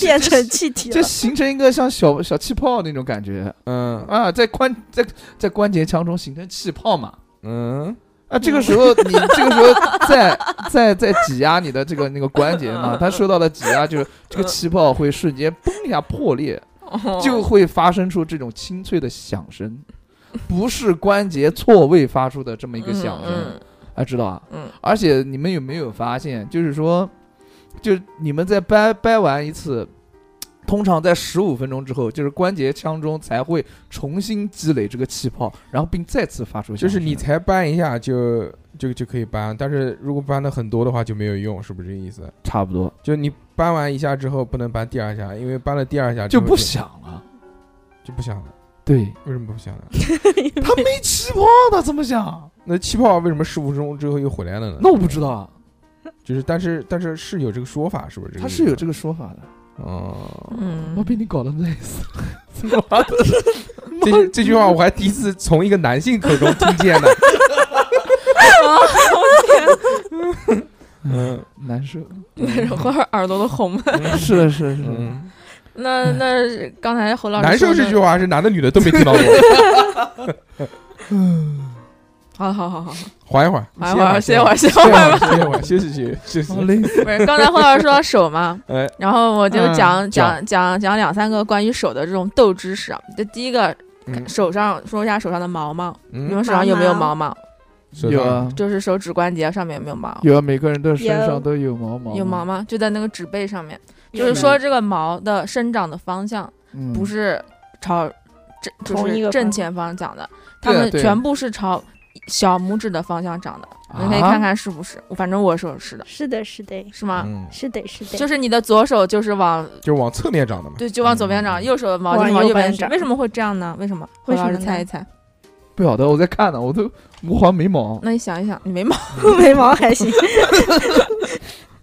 变成气体就了。形成一个像小小气泡那种感觉嗯啊，在关在在关节腔中形成气泡嘛。嗯啊，这个时候你这个时候再再再挤压你的这个那个关节嘛，嗯它受到了挤压，就是这个气泡会瞬间嘣一下破裂，哦就会发生出这种清脆的响声，不是关节错位发出的这么一个响声，嗯啊，知道啊？嗯而且你们有没有发现，就是说，就你们在掰掰完一次。通常在十五分钟之后，就是关节腔中才会重新积累这个气泡，然后并再次发出响就声。是你才搬一下就就就可以搬，但是如果搬的很多的话就没有用，是不是这个意思？差不多就你搬完一下之后不能搬第二下，因为搬了第二下就之后不响了。就不响了。对，为什么不响呢？他没气泡，他怎么 想？啊那气泡为什么十五分钟之后又回来了呢？那我不知道，啊，就是，但是但是是有这个说法，是不是这个他意思？是有这个说法的。哦。我嗯， 被你搞得累死 了，怎么玩的？这这句话我还第一次从一个男性口中听见呢。哦 嗯难 受。会儿耳朵都红了。是的，是的，是的。嗯， 那那刚才侯老师难受说的这句话是男的女的都没听到 过。好好好好，好缓一缓，缓一会儿，歇会儿，歇歇会 儿吧。歇一会啊儿，休息休息休好息。累死。不是，刚才侯老师说到手嘛，哎，然后我就嗯讲、讲讲讲两三个关于手的这种斗知识啊。这第一个，嗯手上说一下手上的毛毛，你嗯，们手上有没有毛毛？手啊有上啊，就是手指关节上面有没有毛？有啊，每个人的身有上都有毛毛，有毛，吗？就在那个指背上面，就有是的说这个毛的生长的方向嗯不是朝正，就同一是个正方前方长的，它对啊们对啊全部是朝小拇指的方向长的。你可以啊看看是不是？反正我手是的，是的，是的，是吗？嗯，是的，是的。就是你的左手就是往就往侧面长的嘛。对，就往左边长，嗯右手的毛就是往往右右边边长。长为什么会这样呢？为什么？为什何老师么呢猜一猜。不晓得，我在看呢，我都我好像没 毛。那你想一想，你没毛，眉毛还行，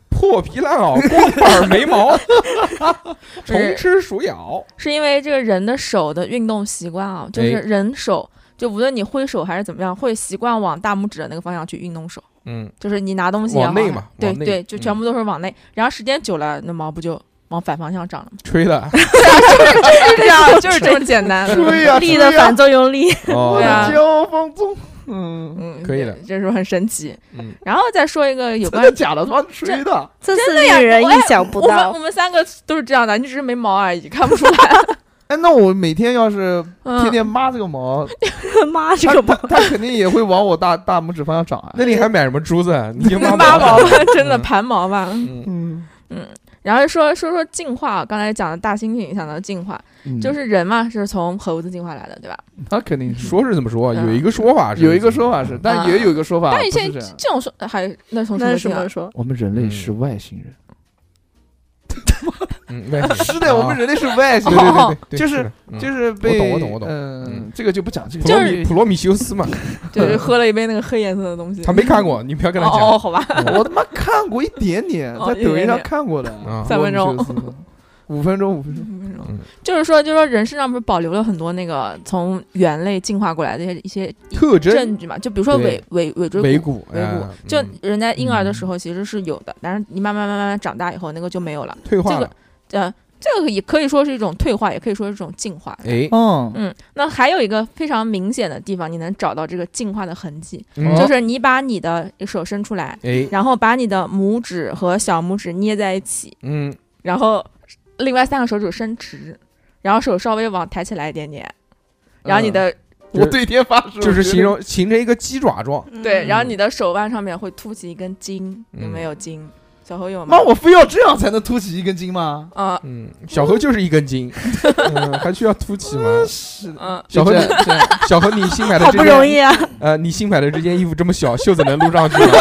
破皮烂袄，光板儿没 毛，虫是吃鼠咬。哎是因为这个人的手的运动习惯啊，就是哎人手，就无论你挥手还是怎么样，会习惯往大拇指的那个方向去运动手，嗯，就是你拿东西也往好内嘛对往内对，就全嗯。部都是往内。然后时间久了，那毛不就往反方向长了嘛 吹了，就是这啊样，就是这么简单。嗯吹呀力的反作用力。哦对啊交放纵，嗯，嗯，可以的这时候很神奇。嗯然后再说一个有真关的假的？他妈吹的，这是令人意想不我哎们到我。们三个都是这样的，你只是没毛而已，看不出 来。哎，那我每天要是天嗯，天抹这个 毛， 妈，这它个它它肯定也会往我大大拇指方向长啊。那你还买什么珠子？啊你就那妈八毛毛 吧，真的盘毛吧。嗯，嗯，然后说说说进化，刚才讲的大猩猩影响到进化，嗯就是人嘛，是从猴子进化来的，对吧？他肯定是说是这么说，有一个说法是嗯有一个说法是，但也有一个说法啊啊但不是是现这在样。这种说还那从什那么是什进么啊？说？我们人类嗯是外星人。嗯，外星 啊是的，我们人类是外星对对对对，人，就是是就是被我懂我懂我懂嗯嗯，这个就不讲这个，普罗米普罗米修斯嘛，就是喝了一杯那个黑颜色的东西。他没看过，嗯你不要跟他哦讲。嗯哦，好吧，我他妈看过一点点，哦在抖音一点上点看过的啊，三分钟普罗米修斯，五分钟，五分钟。嗯就是说，就是说，人身上不是保留了很多那个从猿类进化过来的一些一些特征证据嘛？就比如说对尾尾尾椎尾骨，骨，尾骨哎，就嗯人在婴儿的时候其实是有的，但是你慢慢慢慢慢长大以后，那个就没有了。退化这个了。呃，这个也可以说是一种退化，也可以说是一种进化。哎，嗯，嗯，那还有一个非常明显的地方，你能找到这个进化的痕迹，嗯就是你把你的手伸出来，哎，然后把你的拇指和小拇指捏在一起，嗯，然后另外三个手指伸直，然后手稍微往抬起来一点点，然后你的、我对天发誓，就是我觉得形容形成一个鸡爪状，对，然后嗯你的手腕上面会凸起一根筋，有没嗯有筋？小侯有吗妈，？我非要这样才能凸起一根筋吗？啊嗯，小何就是一根 筋，嗯，还需要凸起吗？是的，嗯，小何，就你这样这样 小何，你新买的好这不容件，易啊！呃，你新买的这件衣服这么小，袖子能撸上去 吗？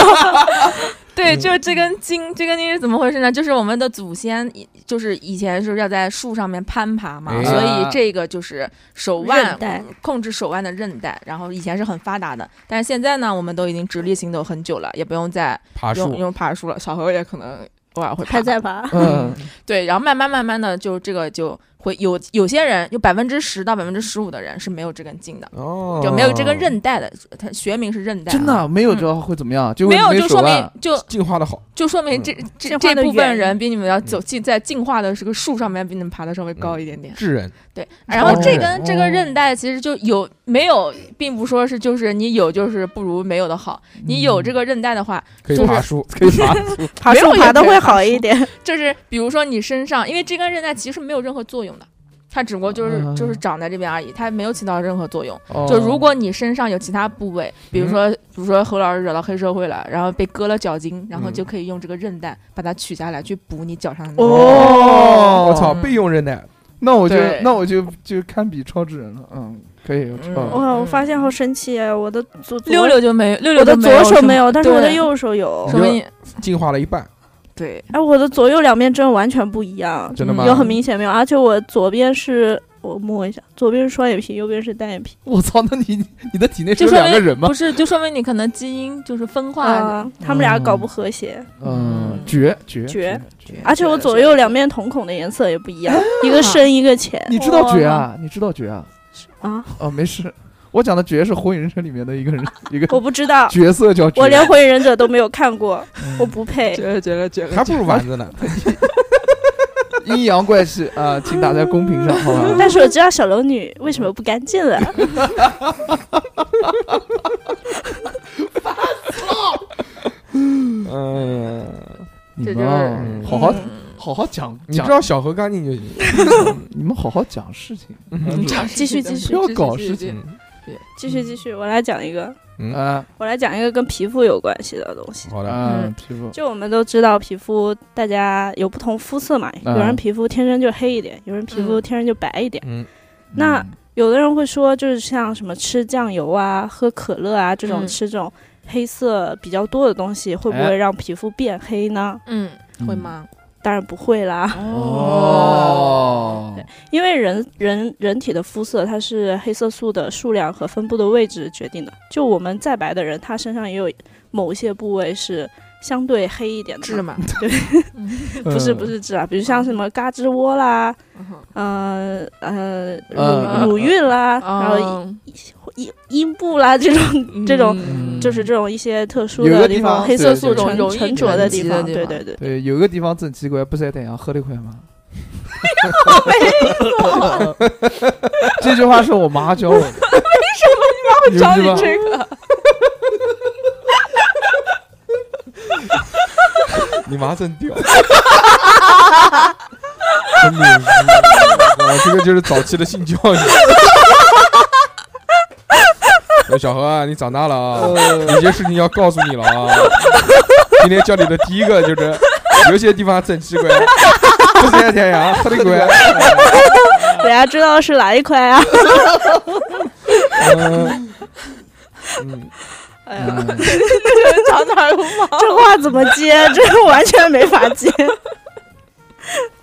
对，嗯就是这根筋，这根筋是怎么回事呢？就是我们的祖先以，就是以前是要在树上面攀爬嘛，哎所以这个就是手腕韧带控制手腕的韧带，然后以前是很发达的，但是现在呢，我们都已经直立行走很久了，也不用再爬用树，用爬树了。小何也可能偶尔会爬还在吧？嗯， 对，啊然后慢慢慢慢的，就这个就会有有些人，就百分之十到百分之十五的人是没有这根筋的，哦，就没有这根韧带的，它学名是韧带啊，真的没有这会怎么样？就会没有就手说腕明。就进化的好，就说明这、这进化这的部分原人比你们要走进在进化的这个树上面比你们爬的稍微高一点点。智人，对，然后这哦根、这个韧带其实就有没有，并不说是就是你有就是不如没有的好。你嗯有这个韧带的话，可以就是爬树， 可以爬，爬没树有爬的也可以会爬好树一点。就是比如说你身上，因为这根韧带其实没有任何作用的。它只不过就是嗯就是长在这边而已，它没有起到任何作用。哦就如果你身上有其他部位，嗯比如说比如说侯老师惹到黑社会了，然后被割了脚筋，然后嗯就可以用这个韧带把它取下来去补你脚上的那个。哦，我操，备用韧带，那我就对那我就就堪比超智人了，嗯，可以，我知道嗯了。哇，我发现好神奇啊！我的左左六六就没，六六我的就没有左手没有，有，但是我的对右手有什。么你也进化了一嗯半，对，哎，我的左右两边真的完全不一样，真的嗯吗？有很明显没有？而且我左边是我摸一下，左边是双眼皮，右边是单眼皮我操，那你你的体内是就有说两个明人吗不？是，就说明你可能基因就是分化。啊，他们俩搞不和谐。嗯，绝绝绝绝！而且我左右两边瞳孔的颜色也不一啊样，一个深一个浅。你知道绝啊？你知道绝啊？啊，哦，没事，我讲的绝是《火影忍者》里面的一个人一个我不知道，角色叫绝。嗯我连《火影忍者》都没有 看过，我不配。绝了绝了绝了！还不如丸子呢，阴阳怪气啊，请打在公屏上，好 吧？但是我知道小龙女为什么不干净了，嗯，你这就们是啊好嗯好好好讲你讲知，道小何干净就行，你们好好讲事情 嗯继续继续不要搞事情。嗯继续继续，我来讲一个，啊我来讲一个跟皮肤有关系的东西。好的，啊嗯！皮肤就我们都知道，皮肤大家有不同肤色嘛，嗯有人皮肤天生就黑一点，有人皮肤嗯天生就白一点。嗯，那有的人会说，就是像什么吃酱油啊、喝可乐啊这种、嗯吃这种黑色比较多的东西，会不哎会让皮肤变黑呢？嗯，会嗯吗？当然不会啦，哦，因为人人人体的肤色它是黑色素的数量和分布的位置决定的。就我们再白的人，他身上也有某一些部位是相对黑一点的痣嘛， 嘛，不嗯是不是痣啊，比如像什么胳肢窝啦。嗯哼呃呃嗯乳乳晕啦，然后嗯阴阴部啦这种这种，嗯就是这种一些特殊有一个的地地方黑色对素对沉容易沉着沉积地的方，地对方对对，对，有个地方正奇怪，不晒太阳，喝得快吗？这句话是我妈教我的。为什么找你你妈会这个，你妈真屌，真牛逼！哇，这个就是早期的性教育。 哎小何啊，你长大了啊，有些事情要告诉你了啊。今天教你的第一个就是，有些地方真奇怪，不是天涯，黑的 鬼。人家知道是哪一块啊？嗯嗯，哎呀，嗯长哪儿有 毛？这话怎么接？这完全没法接。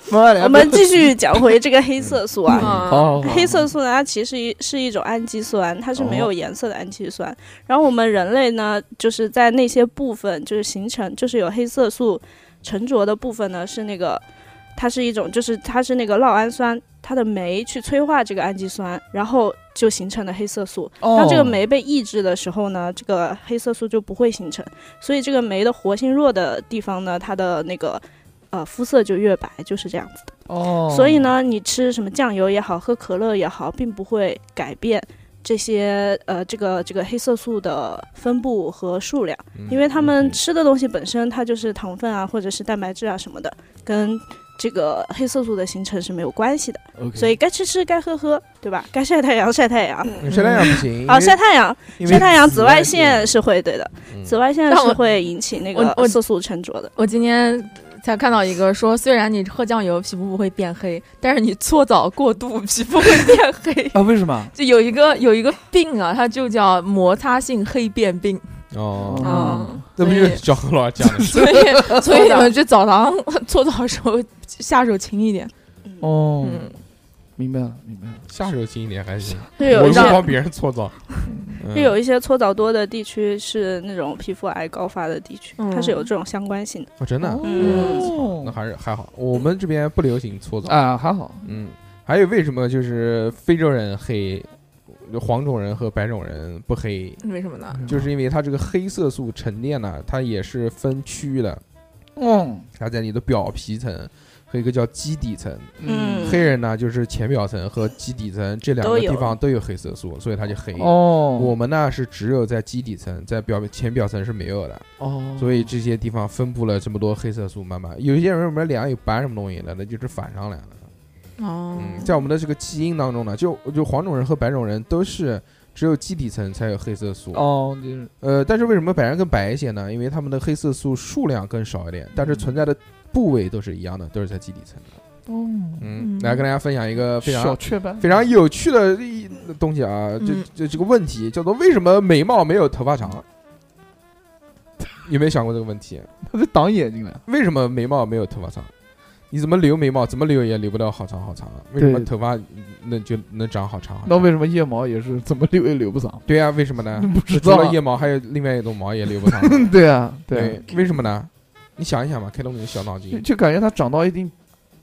妈呀我们继续讲回这个黑色嗯素嗯啊。好嗯好好黑色素呢，它其实一是一种氨基酸，它是没有颜色的氨基酸。然后我们人类呢，就是在那些部分就是形成，就是有黑色素沉着的部分呢，是那个它是一种，就是它是那个酪氨酸，它的酶去催化这个氨基酸，然后就形成了黑色素。当哦这个酶被抑制的时候呢，这个黑色素就不会形成，所以这个酶的活性弱的地方呢，它的那个呃肤色就越白，就是这样子的。哦，。所以，呢，你吃什么酱油也好，喝可乐也好，并不会改变这些呃这个这个黑色素的分布和数量，嗯因为他们吃的东西本身它就是糖分啊，或者是蛋白质啊什么的，跟这个黑色素的形成是没有关系的。所以该吃吃，该喝喝，嗯对吧？该晒太阳晒太阳。晒太阳不行，啊，晒太阳，因为晒太阳，紫外线是会对的，嗯紫外线但是我会引起那我我个色素沉着的。我今天才看到一个说，虽然你喝酱油皮肤不会变黑，但是你搓澡过度皮肤会变黑 啊，为什么？就有一个有一个病啊，它就叫摩擦性黑变病。哦，啊嗯，那不就是小何老师讲的？所以所以你们去澡堂搓澡的时候下手轻一点。哦，嗯，明白了，明白了。下手轻一点还行，就我有一又些不，帮别人搓澡。嗯就有一些搓澡多的地区是那种皮肤癌高发的地区，嗯它是有这种相关性的。哦，真的啊，嗯哦那还是还好，我们这边不流行搓澡。啊，还好，嗯，还有为什么就是非洲人黑，就黄种人和白种人不黑，嗯为什么呢？就是因为它这个黑色素沉淀呢，它也是分区域的，嗯它在你的表皮层和一个叫基底层。嗯黑人呢，就是浅表层和基底层这两个都有地方都有黑色素，所以它就黑。哦，我们呢是只有在基底层，在表浅表层是没有的，哦，所以这些地方分布了这么多黑色素，慢慢有一些人我们脸上有斑什么东西的，那就是反上来了。哦，嗯，在我们的这个基因当中呢，就就黄种人和白种人都是只有基底层才有黑色素。哦，就是呃，但是为什么白人更白一些呢？因为他们的黑色素数量更少一点，但是存在的部位都是一样的，都是在基底层的。哦，嗯，嗯来跟大家分享一个非小常。雀斑，非常有趣的一东西啊，这嗯这这个问题叫做为什么眉毛没有头发长？有没有想过这个问题？它是挡眼睛了。为什么眉毛没有头发长？你怎么留眉毛，怎么留也留不到好长好长？为什么对头发能就能长好长好长？啊那为什么腋毛也是怎么留也留 不上？对呀、啊为什么呢？不知嗯除道了啊。腋毛，还有另外一种毛也留不上。对啊， 对对，为什么呢？你想一想吧，开动你的小脑啊，就筋，就感觉它长到一定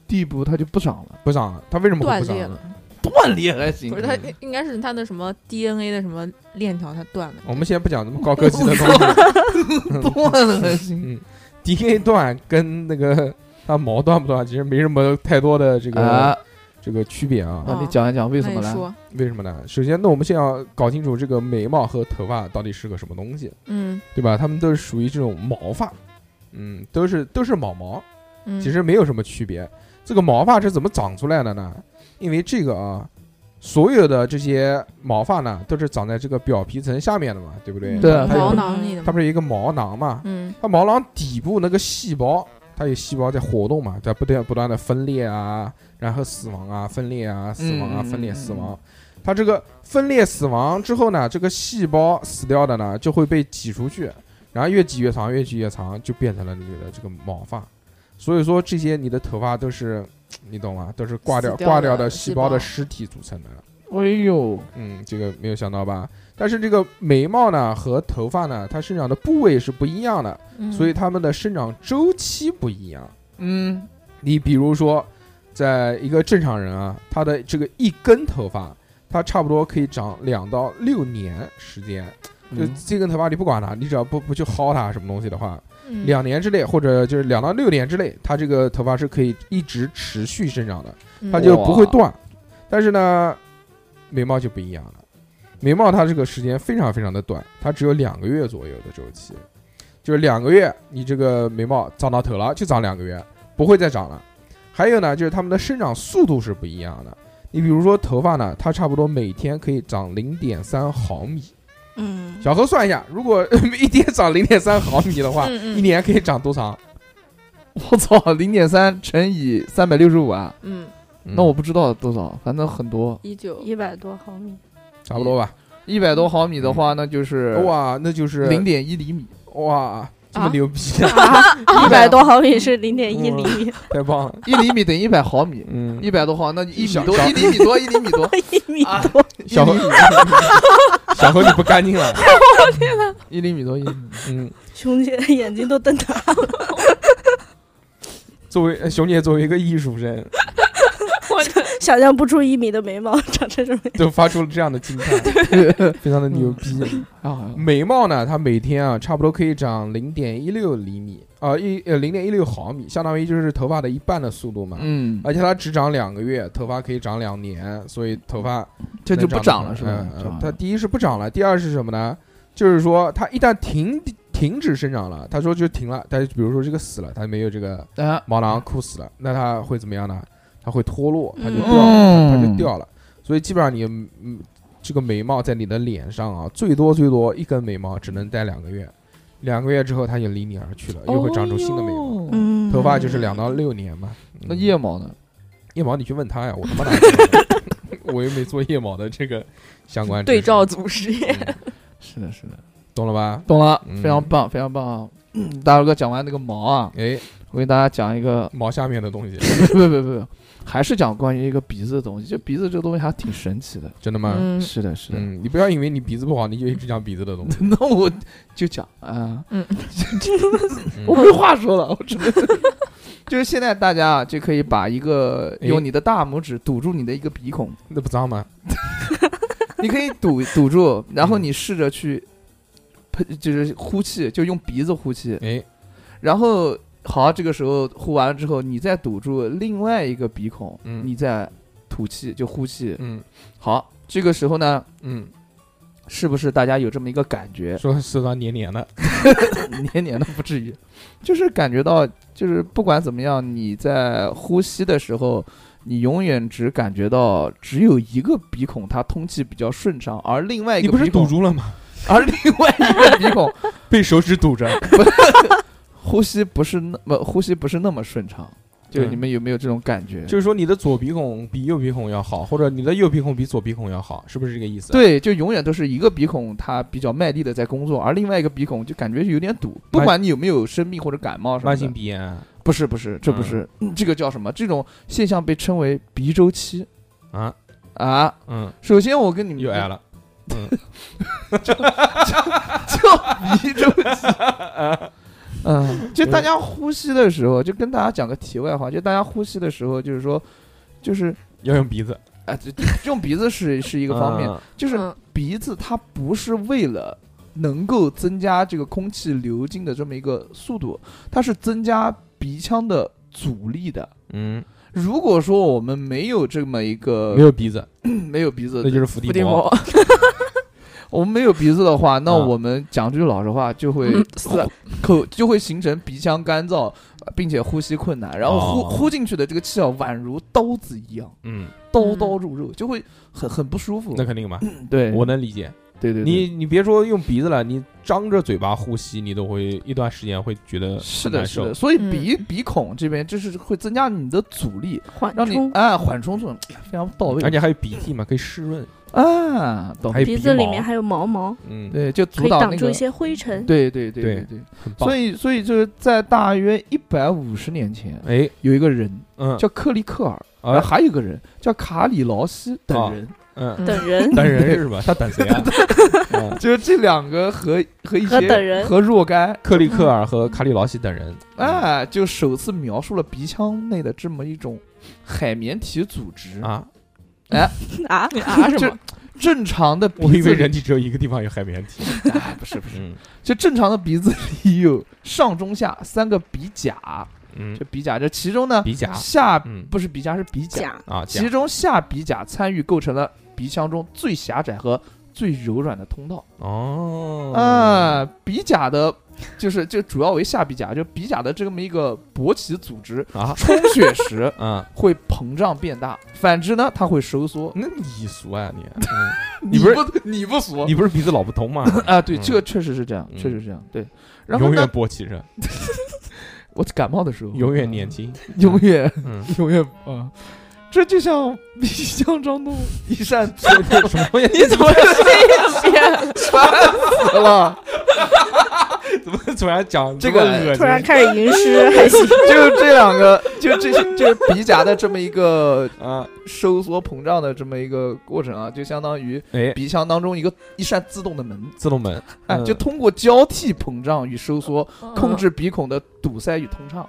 地步，它就不长了。不长了，啊它为什么会断不长裂呢？了，断裂还行不是它嗯应应该是它的什么 DNA 的什么链条它断了。我们先不讲这么高科 技的东西断了还行。 ，DNA 断跟那个它毛断不断，其实没什么太多的这啊个，这个区别啊。那你讲一讲为为什么呢？说，为什么呢？首先，那我们先要搞清楚这个眉毛和头发到底是个什么东西，嗯对吧？它们都是属于这种毛发，嗯，都是都是毛毛，嗯，其实没有什么区别。这个毛发是怎么长出来的呢？因为这个啊，所有的这些毛发呢，都是长在这个表皮层下面的嘛，对不对？对啊它有毛有囊里的它嘛，不是有一个毛囊嘛？嗯它毛囊底部那个细胞，它有细胞在活动嘛，在不断不断的分裂啊，然后死亡啊，分裂啊，死亡啊，嗯嗯分裂嗯死嗯亡。它这个分裂死亡之后呢，这个细胞死掉的呢就会被挤出去，然后越挤越长，越挤越长，就变成了你的这个毛发。所以说这些你的头发都是，你懂吗？都是挂掉死掉挂的掉的细细胞的胞尸体组成的。哎呦，嗯，这个没有想到吧？但是这个眉毛呢和头发呢，它生长的部位是不一样的。嗯，所以它们的生长周期不一样。嗯，你比如说，在一个正常人啊，他的这个一根头发，它差不多可以长两到六年时间，就嗯这根头发你不管它，你只要不不去薅它什么东西的话，嗯两年之内或者就是两到六年之内，它这个头发是可以一直持续生长的，嗯它就不会断。但是呢，眉毛就不一样了，眉毛它这个时间非常非常的短，它只有两个月左右的周期，就是两个月你这个眉毛长到头了就长两个月，不会再长了。还有呢，就是它们的生长速度是不一样的。你比如说头发呢，它差不多每天可以长零点三毫米。嗯，小何算一下，如果呃一天长零点三毫米的话，嗯嗯一年可以长多长？我操，零点三乘以三百六十五啊，嗯，那我不知道多少，反正很多，一九一百多毫米，差不多吧。一百多毫米的话，那就是哇，那就是嗯零点一厘米，哇，这么牛逼，啊一百多毫米是零点一厘米，太棒了！一厘米等于一百毫米，嗯，一百多毫，那就一米小多，小一厘米多，一厘米多，一米 多。小何，小何你不干净 了。一厘米多，一厘米多。嗯，熊姐的眼睛都瞪大。作为呃熊姐作为一个艺术 生， 想象不出一米的眉毛长成什 么样。就发出了这样的惊 叹，非常的牛逼。啊，眉毛呢，它每天啊差不多可以长零点一六厘米，啊、一呃零点一六毫米，相当于就是头发的一半的速度嘛。嗯，而且它只长两个月，头发可以长两年，所以头发这就不能长得了是嗯吧？嗯长了它第一是不长了，第二是什么呢？就是说它一旦停停止生长了，他说就停了，但是比如说这个死了，它没有这个啊，毛囊枯死嗯了，那它会怎么样呢？它会脱落，它就掉了，它嗯，就掉了。所以基本上你嗯这个眉毛在你的脸上啊，最多最多一根眉毛只能戴两个月，两个月之后它就离你而哦去了，又会长出新的眉毛。毛。嗯头发就是两到六年嘛。那嗯腋毛呢？腋毛你去问他呀，我他妈哪知 道？我又没做腋毛的这个相关知识对照，组实验，嗯是的，是的，懂了吧？懂了，嗯非常棒，非常棒啊。嗯大姚哥讲完那个毛啊，哎，我给大家讲一个，毛下面的东 西，不不不不，还是讲关于一个鼻子的东西。就鼻子这个东西还挺神奇的。真的吗？嗯是的，是的。嗯，你不要因为你鼻子不好，你就一直讲鼻子的东西。那我就讲啊，嗯我没话说了，我只能就是现在大家啊就可以把一个哎用你的大拇指堵住你的一个鼻孔，那不脏吗？ 你可以堵堵住，然后嗯你试着去喷，就是呼气，就用鼻子呼气，哎，然后好，这个时候呼完了之后，你再堵住另外一个鼻孔，嗯你再吐气，就呼气。嗯好，这个时候呢，嗯，是不是大家有这么一个感 觉？说舌头黏黏的，黏黏的不至于，就是感觉到，就是不管怎么样，你在呼吸的时候，你永远只感觉到只有一个鼻孔它通气比较顺畅，而另外一你哎个不是鼻孔堵，住了 吗？而另外一个鼻孔被手指堵着。呼吸不是那么呼吸不是那么顺畅，就是嗯你们有没有这种感觉？ 就是说你的左鼻孔比右鼻孔要好，或者你的右鼻孔比左鼻孔要好，是不是这个意思？，啊对，就永远都是一个鼻孔它比较卖力的在工作，而另外一个鼻孔就感觉有点堵。不慢管你有没有生病或者感冒什么慢性的，鼻炎啊不是不是，这不嗯是、嗯这个叫什么？这种现象被称为鼻周期。啊，啊，嗯，首先我跟你们又挨了。叫鼻周 期。嗯，就大家呼吸的时候，就跟大家讲个题外话，就大家呼吸的时候，就是说，就是要用鼻子啊，这 这用鼻子是是一一个方面，嗯就是嗯鼻子它不是为了能够增加这个空气流经的这么一个速度，它是增加鼻腔的阻力的。嗯，如果说我们没有这么一个没有鼻子，没有鼻子那，就是伏伏地地魔。魔，我们没有鼻子的话，那嗯我们讲句老实话，就会嗯死口就会形成鼻腔干燥，呃并且呼吸困难，然后呼、哦呼进去的这个气啊，宛如刀子一样，嗯，刀刀入肉，就会很很不舒服。那肯定嘛，对，我能理解。对对对你你别说用鼻子了，你张着嘴巴呼吸，你都会一段时间会觉得是很的，难是受的，。所以嗯鼻、鼻孔这边就是会增加你的阻力，缓让你冲，啊缓冲这种非常到位，而且还有鼻涕嘛，可以湿润，啊懂还，有鼻子里哎毛面还有毛毛，嗯，对，就可阻以挡挡那住个一，些灰尘。对对对对对对，很棒。所以以所以就是在大约一百五十年前，哎，有一个人嗯，叫克利克尔，哎然后还有一个人叫卡里劳西啊等人。嗯，等人，等人是 吧？他等谁啊？嗯就是这两个和和一些和等人和若干，克利克尔和卡里劳西等人。嗯哎，就首次描述了鼻腔内的这么一种海绵体组织，啊，啊啊什就么？正常的我鼻以为子人体只有一个地方有海绵 体。哎不是不是，嗯就正常的鼻子里有上中下三个鼻甲，嗯这，鼻甲这其中呢，鼻甲下嗯不是鼻甲是鼻甲，假啊，甲其中下鼻甲参与构成了鼻腔中最狭窄和最柔软的通道。哦啊，鼻甲的，就是就主要为下鼻甲，就鼻甲的这么一个勃起组织，啊充血时嗯，会膨胀变大， 反之呢，它会收缩。那你俗啊 你，你你不是不你不俗你不是鼻子老不通吗？啊？对，嗯这个确实是这样，嗯确实是这样。对， 然后永远呢，嗯勃起着，我感冒的时候，永远年轻。 永远 嗯，永远啊，这就像 一江张东一扇这这什么东西？你怎么 死 了，怎么突然讲这个么恶心突然开始吟诗，还行。就这两 个，就这些，就是鼻甲的这么一个啊？收缩膨胀的这么一个过程啊，就相当于哎，鼻腔当中一个一扇自动的门，自动门，哎，嗯就通过交替膨胀与收缩，控 嗯制鼻孔的堵塞与通畅，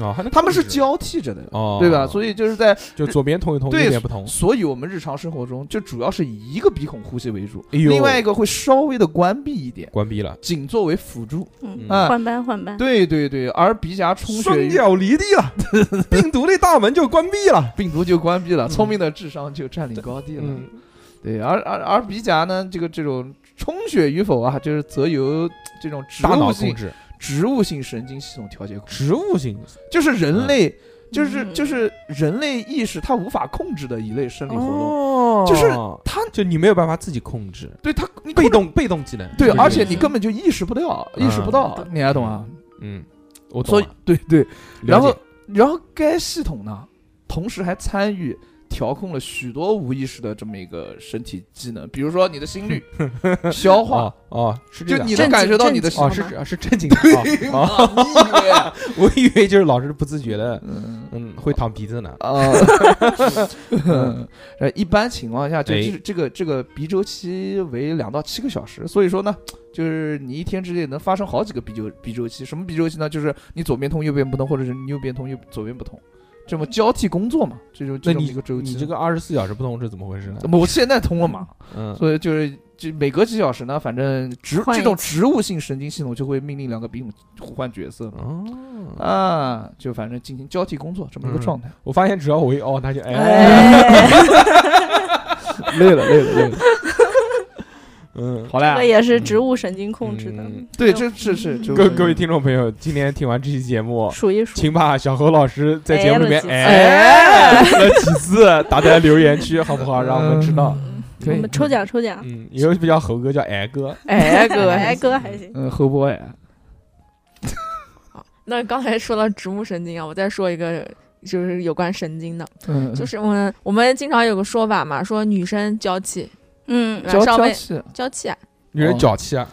哦，还能他们是控制交替着的。哦，对吧？所以就是在，就左边通一通，对右边不通。所以我们日常生活中就主要是以一个鼻孔呼吸为主，哎呦另外一个会稍微的关闭一点，关闭了，仅作为辅助。嗯，嗯换班换班。对对对，而鼻峡充血双于脚离地 了，病毒的大门就关闭了。病毒就关闭了，嗯聪明的智商就占领高地了。嗯，对，而而而鼻夹呢，这个这种充血与否啊，就是则由这种植大脑物控性制，植物性神经系统调节控制，植物性就是人类，就是嗯就是人类意识它无法控制的一类生理活动，哦就是它，就你没有办法自己控制，对它你被控制动被动技能。对，是这而个且意思啊你根本就意识不到，意识不到，你还懂啊？嗯，我懂所了以对对，然了后解然后该系统呢，同时还参与。调控了许多无意识的这么一个身体机能，比如说你的 心率、消化哦，哦是这就个你能感觉到你的心哦率是这是正经的 哦， 哦我以为就是老是不自觉的，啊嗯嗯，会淌鼻子呢。啊， 呃，一般情况下，就哎是这个这个鼻周期为两到七个小时，所以说呢，就是你一天之内能发生好几个鼻周鼻周期。什么鼻周期呢？就是你左边通右边不通，或者是你右边通右左边不通，这么交替工作嘛，这种那这种你一个周期。你这个二十四小时不通是怎么回事呢？怎么我现在通了嘛？嗯，所以就是就每隔几小时呢，反正植换一这种次植物性神经系统就会命令两个鼻孔互换角色嘛。哦，啊，就反正进行交替工作这么一个嗯状态。我发现只要我一哦，他就哎，哎，累了，累了， 累了。嗯，好这嘞啊个，也是植物神经控制的，嗯对，这这是这各个各位听众朋友，今天听完这期节目，数一数。 请把小何老师在节目里面哎哎了几次打在留言区，好不好？让我们知道。嗯可嗯我以们。抽奖抽奖，嗯，有不叫猴哥，叫哎哥。哎哥，哎哥还行。嗯，侯 boy，那刚才说到植物神经啊，我再说一个，就是有关神经的，嗯，就是我们我们经常有个说法嘛，说女生娇气，嗯，娇娇稍微气，娇气啊，女人脚气啊，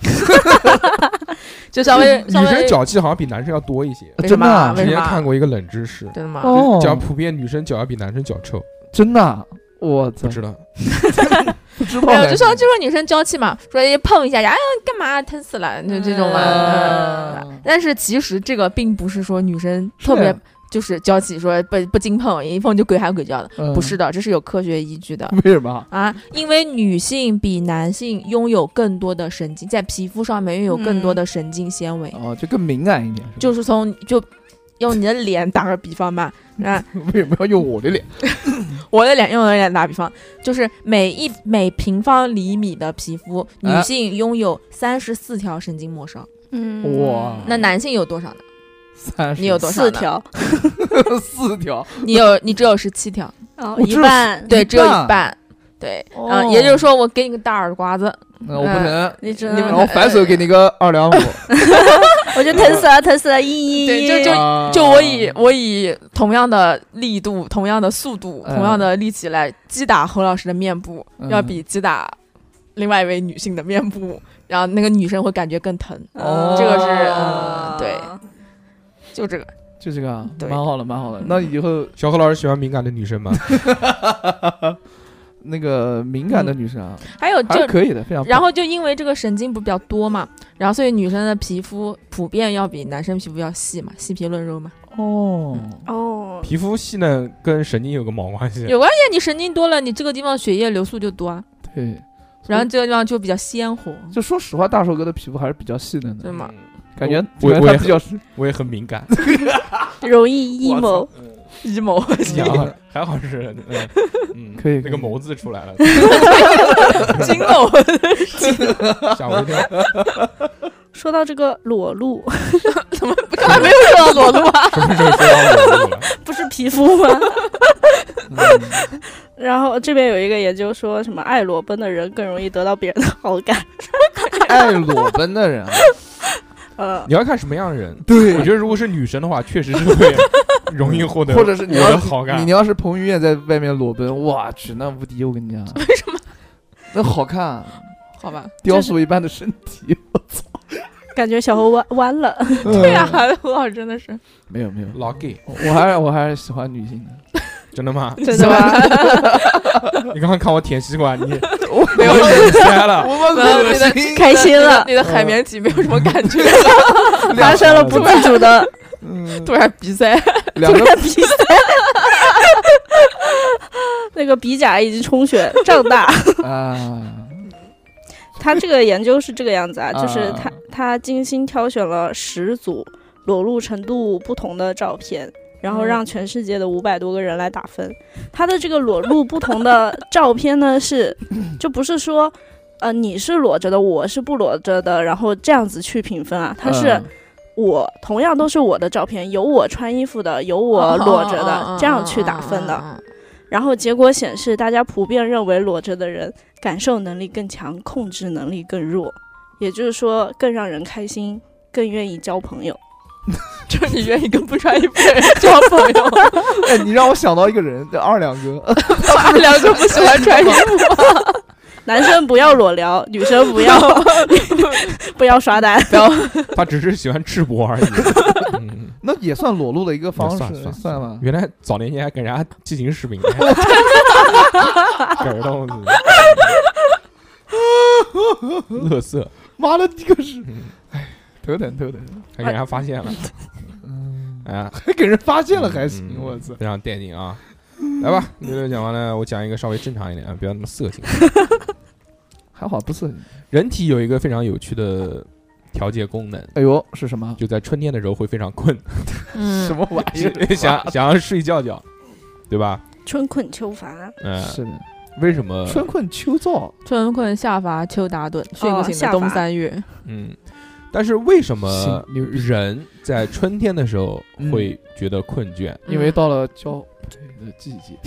就稍微女稍生微脚气好像比男生要多一些。为什真的啊么？之为什前么？看过一个冷知识，真的吗？哦讲普遍女生脚要比男生脚臭，真的啊，我操不，知道。不知没道有，嘞，就说就说女生娇气嘛，说一碰一下呀，哎干嘛疼死了，就这种嘛。啊嗯但是其实这个并不是说女生特别是就是娇气，说不不经碰，一碰就鬼喊鬼叫的，嗯不是的，这是有科学依据的。 为什么？啊，因为女性比男性拥有更多的神经，在皮肤上面拥有更多的神经纤维，嗯哦，就更敏感一点，是吧就是从就用你的脸打个比方吧，嗯啊， 为什么要用我的脸？我的脸用我的脸打比方，就是每一每平方厘米的皮肤，啊女性拥有三十四条神经末梢，嗯，哇那男性有多少呢？三十你有多少呢四条， 四条，你有你只有十七条，哦，我一只有半，对，一只有半哦一半，对，啊，也就是说我给你个大耳刮子，那我嗯不能，你只你们然能，后反手给你个二两五，我就疼 死了，疼死了，嘤嘤对嗯嘤。就啊就我以我以同样的力度、同样的速度、嗯同样的力气来击打侯老师的面部，嗯要比击打另外一位女性的面部，然后那个女生会感觉更疼。哦这个是嗯对就这个，就这个啊，对嗯蛮好的，蛮好的。那以后小何老师喜欢敏感的女生吗？那个敏感的女生啊，还有还是就。可以的，非常棒。然后就因为这个神经不比较多嘛，然后所以女生的皮肤普遍要比男生皮肤要细嘛，细皮嫩肉嘛。哦，哦，皮肤细嫩跟神经有个毛关系？有关系，你神经多了，你这个地方血液流速就多啊。对，然后这个地方就比较鲜活，就说实话，大寿哥的皮肤还是比较细嫩对的，吗？感觉我感我觉也他比较我也很敏感，容易 emo。嗯一 某还好还好是，嗯嗯，可以那可个以谋字出来了，金某， 吓我一跳。说到这个裸露， 怎 么刚才没有说到裸 露啊？什么时候说到裸露了？不是皮肤吗？嗯 然后这边有一个研究说什么爱裸奔的人更容易得到别人的好感。爱裸奔的 人啊，呃，你要看什么样的人？对我觉得如果是女神的话，确实是会容易获得 或者是你我要的是好感你。要是彭于晏在外面裸奔，我去，那无敌！我跟你讲，为什么？ 那好看啊，好吧，雕塑一般的身体。感觉小猴弯弯了。对啊呀，我好真的是没有没有，呃老 gay，我我还是我还是喜欢女性的。真的吗？真 的吗？你刚刚看我舔西瓜， 你我没有我已经开了。我没有你的开心了你的海绵体没有什么感觉，发生 了不自主的嗯突然鼻塞，两个 鼻塞， 那个鼻甲已经充血胀大。啊，他这个研究是这个样子啊，啊就是他他精心挑选了十组裸露程度不同的照片，然后让全世界的五百多个人来打分。他的这个裸露不同的照片呢，是就不是说。呃，你是裸着的，我是不裸着的，然后这样子去评分啊。他是嗯我同样都是我的照片，有我穿衣服的，有啊哦我裸着的，这样去打分的。的。然后结果显示，大家普遍认为裸着的人感受能力更强，控制能力更弱，也就是说更让人开心，更愿意交朋友。 就是你愿意跟不穿衣服的人交朋友，哎，你让我想到一个人，叫二两哥，他们两个不喜欢穿衣服，男生不要裸聊，女生不要 不要刷单。他只是喜欢赤膊而已。嗯那也算裸露的一个方算式，算算吧。原来早年间还给人家激情视频，狗东西，乐色，妈的，这个是嗯，头疼头疼，还给人家发现了，嗯，哎呀，还给人发现了还行，嗯我操！非常带劲啊！来吧，六六讲完了，我讲一个稍微正常一点，啊，不要那么色情。还好不是，人体有一个非常有趣的调节功能，哎呦，是什么？就在春天的时候会非常 困，嗯什么玩意儿？ 啊想想要睡觉觉，对吧？春困秋乏，嗯，是的，为什么？春困秋燥，春困夏乏秋打盹，睡不哦醒夏的冬乏三月。嗯，但是为什么行牛逼人在春天的时候嗯会觉得困 倦？因为到了交配的季节，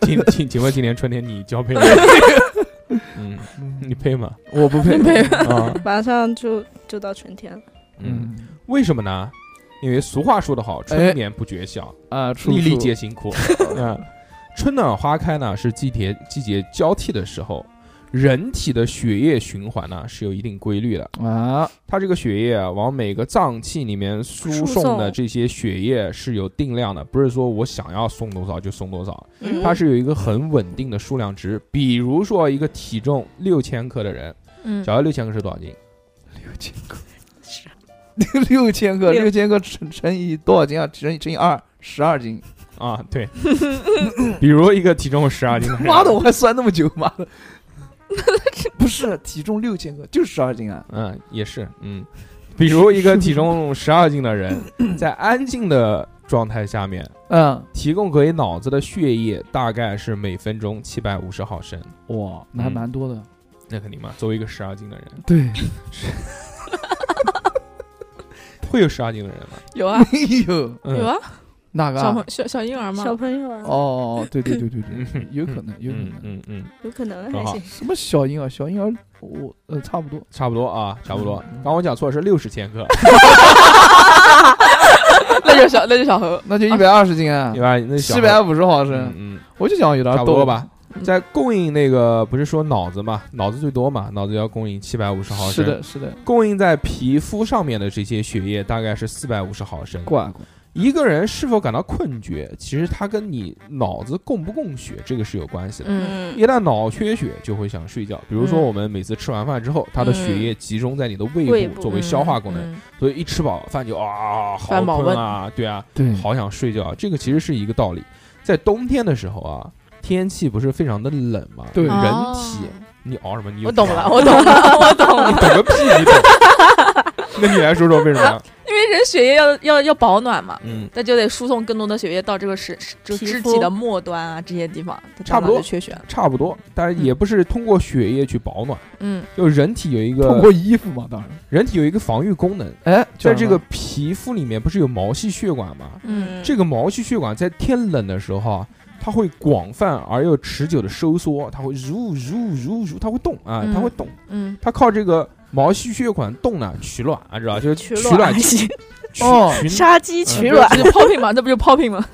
请请请问今年春天你交 配吗？嗯，你配吗？我不配，啊，马上就就到春天了。嗯，，为什么呢？因为俗话说得好，哎春眠不觉晓，啊，处粒粒处皆辛 苦。嗯，春暖花开呢是季节季节交替的时候，人体的血液循环呢是有一定规律的。啊， 它这个血液啊，往每个脏器里面输输送的送这些血液是有定量的，不是说我想要送多少就送多少，嗯它是有一个很稳定的数量值。比如说一个体重六千克的人，嗯小，要六千克是多少斤？六千克，是六千克，六六千克乘乘以多少斤啊？乘以乘以二，十二斤。啊，对， 比如一个体重十二斤的人，妈的，我还算那么久，妈的！不是体重六千克，就是十二斤啊！嗯，也是， 嗯，比如一个体重十二斤的人， 在安静的状态下面，嗯，提供给脑子的血液大概是每分钟七百五十毫升，哇，那还嗯蛮多的。那肯定嘛，作为一个十二斤的人，对，会有十二斤的人吗？有啊哎呦，有嗯，啊，那个小啊朋小小婴儿嘛，小朋友啊，哦，对对对对对嗯，有可能，有啊可能。嗯嗯，嗯有可能啊很还好行。什么小婴儿？小婴儿，我呃差不多。差不多啊，差不多。嗯嗯刚刚我讲错了，是六十千 克， 那就小那就小猴，那就一百二十斤啊对，吧？那小七百五十毫升，嗯，嗯，我就想有点差不多多吧。嗯在供应那个不是说脑子嘛，脑子最多嘛，脑子要供应七百五十毫升。是的，是的，供应在皮肤上面的这些血液大概是四百五十毫升。挂挂。一个人是否感到困觉，其实它跟你脑子供不供血这个是有关系的。嗯嗯一旦脑缺血就会想睡觉，比如说嗯我们每次吃完饭之后，它的血液集中在你的胃胃部部作为消化功能，嗯，所以一吃饱饭就啊好饭饱困啊，对啊，对，好想睡觉，这个其实是一个道理。在冬天的时候啊，天气不是非常的冷嘛，对人哦体你熬什么？你有我懂啥了，我懂了，我懂了你，懂个屁！你懂？ 那你来说说为什么？因为人血液要要要保暖嘛，嗯，那就得输送更多的血液到这个是就皮肢肤体的末端啊这些地方，它差不大脑多就缺血了。差不多，但是也不是通过血液去保暖，嗯，就人体有一通个过衣服嘛，当然。人体有一个防御功能，哎，在这个皮肤里面不是有毛细血管吗？嗯这个毛细血管在天冷的时候啊，它会广泛而又持久的收缩，它会如如如如，它会动啊，它会动，嗯，它靠这个毛细血管动呢取暖，啊，知道吧就是取取卵取器，取嗯哦杀鸡取对卵， 这就 popping 嘛，这不就 popping 吗？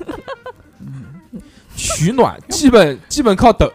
取暖，基本基本靠抖，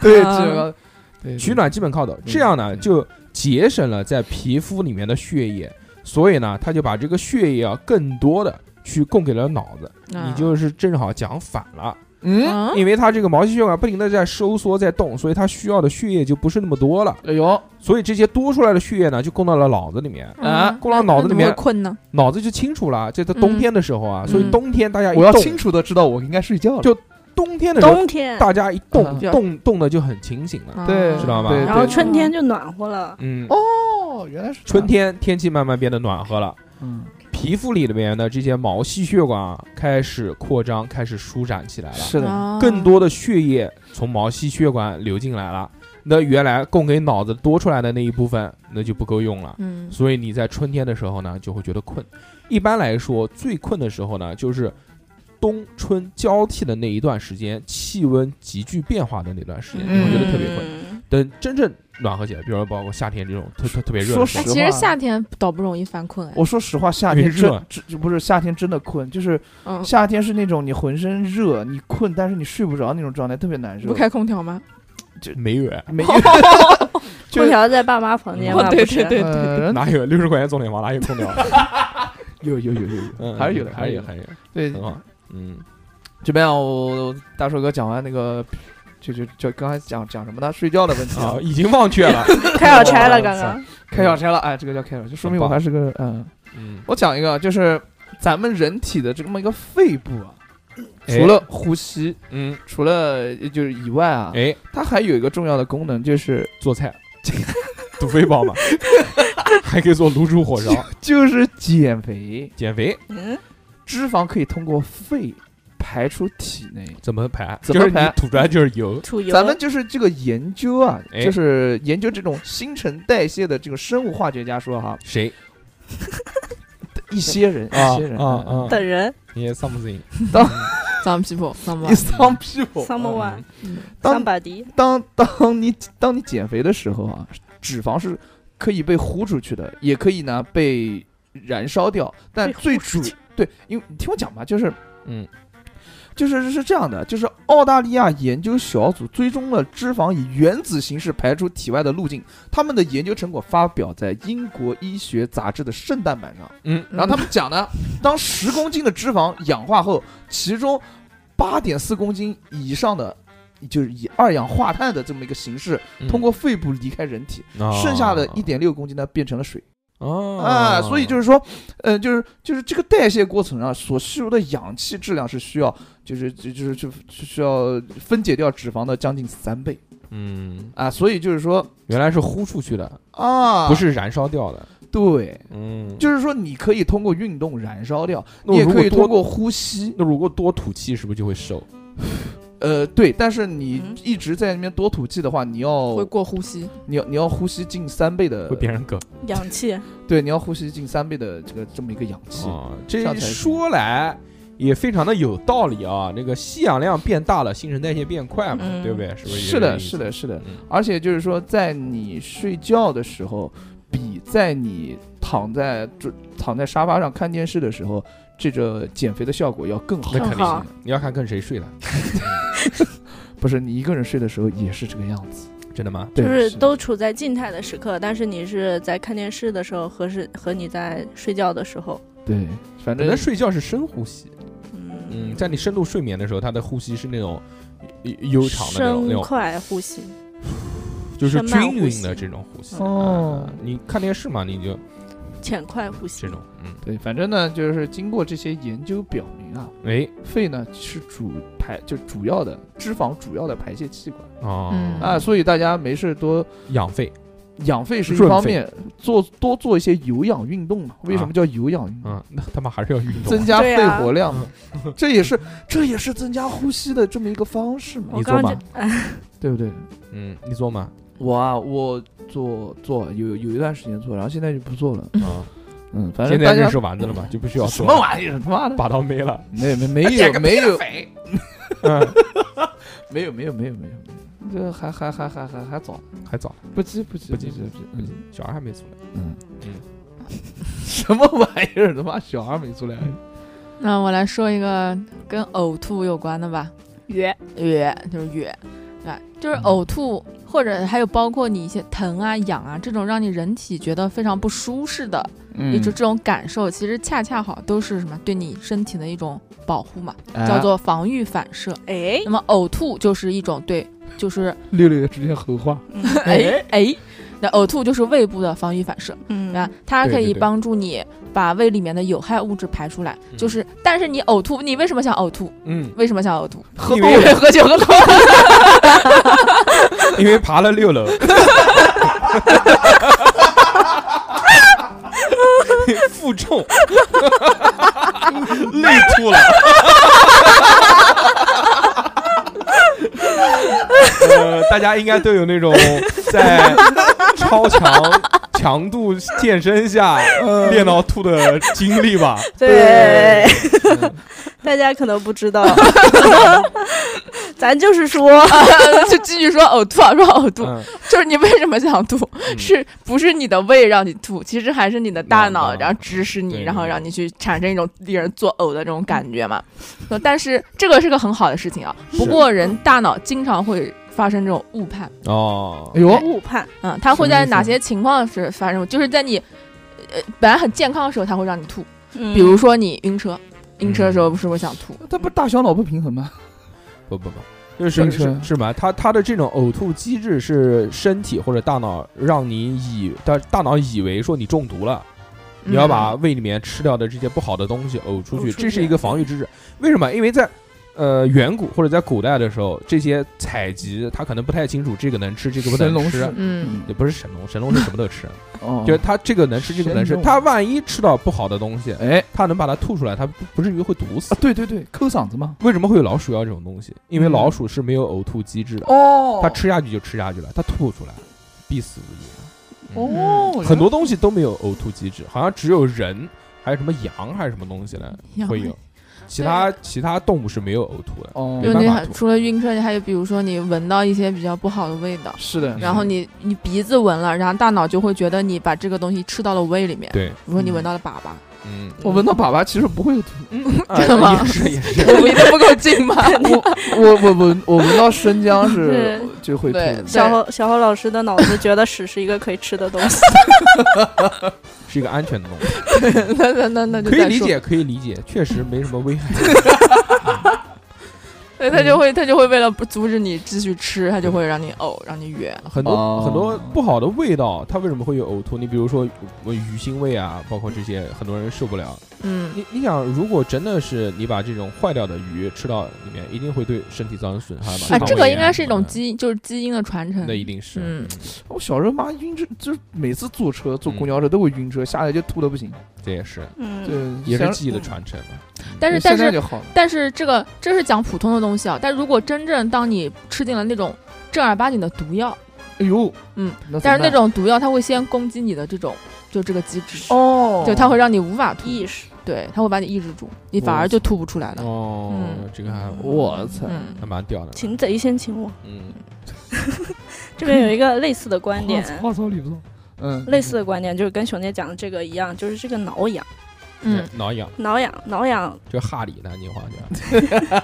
对啊这个对取暖基本靠抖，这样呢嗯就节省了在皮肤里面的血液，所以呢，它就把这个血液啊更多的去供给了脑子，你啊就是哎正好讲反了。嗯，嗯因为它这个毛细血管不停的在收缩在动，所以它需要的血液就不是那么多了，哎呦，所以这些多出来的血液呢，就供到了脑子里面，嗯啊过了脑子里面那怎么会困呢？脑子就清楚了。这在冬天的时候啊，嗯所以冬天大家一我要动，清楚的知道我应该睡觉了。就冬天的时候冬天，大家一动嗯动动的就很清醒嗯了。对知道吗对然后对春天就暖和了，嗯，哦，原来是这样春，天天气慢慢变得暖和了，嗯，皮肤里面的这些毛细血管啊开始扩张，开始舒展起来了。是的，啊更多的血液从毛细血管流进来了，那原来供给脑子多出来的那一部分，那就不够用了。嗯所以你在春天的时候呢，就会觉得困。一般来说，最困的时候呢，就是冬春交替的那一段时间，气温急剧变化的那段时间，你嗯会觉得特别困。困。等真正暖和起来，比如说包括夏天这种特特特别热说的实时哎，候，其实夏天倒不容易犯困哎，我说实话，夏天因为热真真不是夏天真的困，就是嗯，夏天是那种你浑身热，你困，但是你睡不着那种状态，特别难受不。开空调吗？没有哎， 没有，就空调在爸妈房间哦嘛，对不是对 对呃哪有六十块钱钟点房哪有空调？有有有有有，嗯还是有的，还是是有，的。还是有，对很，好。嗯， 这边啊我我大硕哥讲完那个，就就就刚才讲讲什么呢？睡觉的问题啊啊，，已经忘却了。开小差了，刚刚 开小差了，哎，这个叫开小差，就说明我还是个嗯。嗯，我讲一个啊，就是咱们人体的这么一个肺部啊，哎除了呼吸，嗯，除了就是以外啊，哎，它还有一个重要的功能，就是做菜， 土匪帮嘛， 还可以做卤煮火 烧，就是减肥。减肥嗯，脂肪可以通过肺排出体内。怎么排？怎么就是排你吐出来就是油，土油，咱们就是这个研究啊，哎就是研究这种新陈代谢的这个生物化学家说哈，谁一些人，啊一些人嗯啊啊！等人你也 something， Some people, some 一桑屁股，桑莫万，桑当巴迪，当当你当你减肥的时候啊，脂肪是可以被呼出去的，也可以呢被燃烧掉，但被呼最主出去对，因为你听我讲吧，就是嗯，就是是这样的，就是澳大利亚研究小组追踪了脂肪以原子形式排出体外的路径，他们的研究成果发表在英国医学杂志的圣诞版上。嗯，然后他们讲呢，当十公斤的脂肪氧化后，其中八点四公斤以上的。就是以二氧化碳的这么一个形式，通过肺部离开人体，嗯啊剩下的一点六公斤呢变成了水。哦啊，所以就是说，嗯、就是就是这个代谢过程啊，所吸入的氧气质量是需要，就是就就是就就需要分解掉脂肪的将近三倍嗯，啊，所以就是说原来是呼出去的，啊，不是燃烧掉的，对，嗯，就是说你可以通过运动燃烧掉，那你也如可果以多通过呼吸，那如果多吐气是不是就会瘦？呃，对，但是你嗯一直在那边多吐气的话，你要会过呼吸，你要你要呼吸近三倍的会，变成梗氧气，对，你要呼吸近三倍的这个这么一个氧气，啊？这样这才行说来。也非常的有道理啊，那个吸氧量变大了，新陈代谢变快嘛，嗯对不对？是不是？是的，是的，，是的。嗯而且就是说，在你睡觉的时候，比在你躺在就躺在沙发上看电视的时候，这个减肥的效果要更好那更肯定好是你要看跟谁睡了，不是你一个人睡的时候也是这个样子，真的吗？对，就是的都处在静态的时刻，但是你是在看电视的时候和是和你在睡觉的时候，对，反可能正睡觉是深呼吸，嗯，嗯，在你深度睡眠的时候，它的呼吸是那种呃悠悠长的那种，那深种快呼吸，就是深慢均呼匀吸的这种呼吸。哦啊你看电视嘛，你就浅快呼吸这，种，嗯，对，反正呢，就是经过这些研究表明明啊，哎，肺呢是主排就主要的脂肪主要的排泄器官哦，嗯啊，所以大家没事多养肺，养肺是一润肺方面，做多做一些有氧运动嘛。为什么叫有氧运动？嗯，那他妈还是要运动增。加对肺啊活量嘛，这也是这也是增加呼吸的这么一个方式嘛，我你刚做刚吧就，哎，对不对？嗯，你做嘛？我啊，我做做有有一段时间做，然后现在就不做了。啊，嗯，反现正在大认家识丸子了嘛，就不需要什做么了玩意儿，他妈的，把刀没 了。没没没有没有嗯，没有没有没有没有，这还还还还还还早，还早，不急不急嗯不急不急不急，小孩还没出来。嗯嗯嗯， 什么玩意儿，他妈小孩没出来，那我来说一个跟呕吐有关的吧，约哕就是哕，对吧，就是呕吐，或者还有包括你一些疼啊、痒啊这种让你人体觉得非常不舒适的，也嗯就这种感受，其实恰恰好都是什么对你身体的一种保护嘛，啊哎叫做防御反射。哎，那么呕吐就是一种对，就是六六之间合话，哎哎，那呕吐就是胃部的防御反射。嗯，啊，它对可对以对帮助你把胃里面的有害物质排出来。就嗯是，但是你呕吐，你为什么想呕吐？嗯，为什么想呕吐？喝因多为了喝酒喝多了，因为爬了六 楼，负重， 累吐 了。呃，大家应该都有那种在超强强度健身下练到吐的经历吧？对， 大家可能不知道，咱就是说，哦 就继续说呕吐啊，说呕吐，嗯，就是你为什么想吐？嗯是不是你的胃让你吐？其实还是你的大脑脑脑然后指使你，对然后对让你去产生一种令人作呕的这种感觉嘛。呃但是这个是个很好的事情啊，不是过人大脑经常会发生这种误判。哦哎，呦，误判，嗯，它会什么在意思哪些情况是发生？就是在你呃本来很健康的时候，它会让你吐，嗯比如说你晕车，晕车的时嗯候是不是想吐？他不是大小脑不平衡吗？不不不，就是真是是是吗？它它的这种呕吐机制是身体或者大脑让你以大大脑以为说你中毒了，你嗯要嗯把胃里面吃掉的这些不好的东西呕出呕去，出这是去一个防御机制。为什么？因为在呃远古或者在古代的时候，这些采集他可能不太清楚这个能吃，这个啊不神能龙吃是。嗯，也不是神龙，神龙是什么都吃，哦，就是他这个能吃，这个不能吃神。龙他万一吃到不好的东西，哎他能把它吐出来，他不不至于会毒死啊。，对对对，抠嗓子嘛，为什么会有老鼠药这种东西？因为嗯老鼠是没有呕吐机制的，哦它吃下去就吃下去了，它吐不出来，必死无疑。嗯哦，很多东西都没有呕吐机制，好像只有人还有什么羊还是什么东西呢羊会有，其他其他动物是没有呕吐的。哦没就办你法还吐除了晕车，你还有比如说你闻到一些比较不好的味道，是的，然后你你鼻子闻了，然后大脑就会觉得你把这个东西吃到了胃里面。对，比如说你闻到了粑粑，嗯， 我闻到粑粑其实不会吐，啊真的吗也是也是， 离得不够近吗？我我闻我闻到生姜是是就会吐对的，小侯小侯老师的脑子觉得屎是一个可以吃的东西，是一个安全的东西，那那那那就可以再理说。解，可以理解，确实没什么危害。对，他就会他就会为了不阻止你继续吃，他就会让你呕，让你哕。很多、哦很多不好的味道，它为什么会有呕吐？你比如说呃鱼腥味啊，包括这些，很多人受不了。嗯，你你想，如果真的是你把这种坏掉的鱼吃到里面，一定会对身体造成损害吧？嗯是啊，的这肠胃个应炎该是一种什么的，基因，就是基因的传承那。一定是。嗯我小时候妈晕车，就是每次坐车坐公嗯交车都会晕车，下来就吐的不行，这也是嗯，对，也是想记忆的传承嘛。但是现但在是嗯就好了，但是这个这是讲普通的东西啊，但如果真正当你吃进了那种正儿八经的毒药，哎呦，嗯那怎么办，但是那种毒药它会先攻击你的这种就这个机制，哦，对，它会让你无法吐，意识，对，它会把你抑制住，你反而就吐不出来了。哦，嗯这个还我操，嗯，还蛮屌的。擒贼先擒王。嗯，这边有一个类似的观点，话糙理不糙，嗯，类似的观点就是跟熊姐讲的这个一样，就是这个挠痒，嗯，挠痒，挠痒，挠痒，就哈里南京话嗯讲，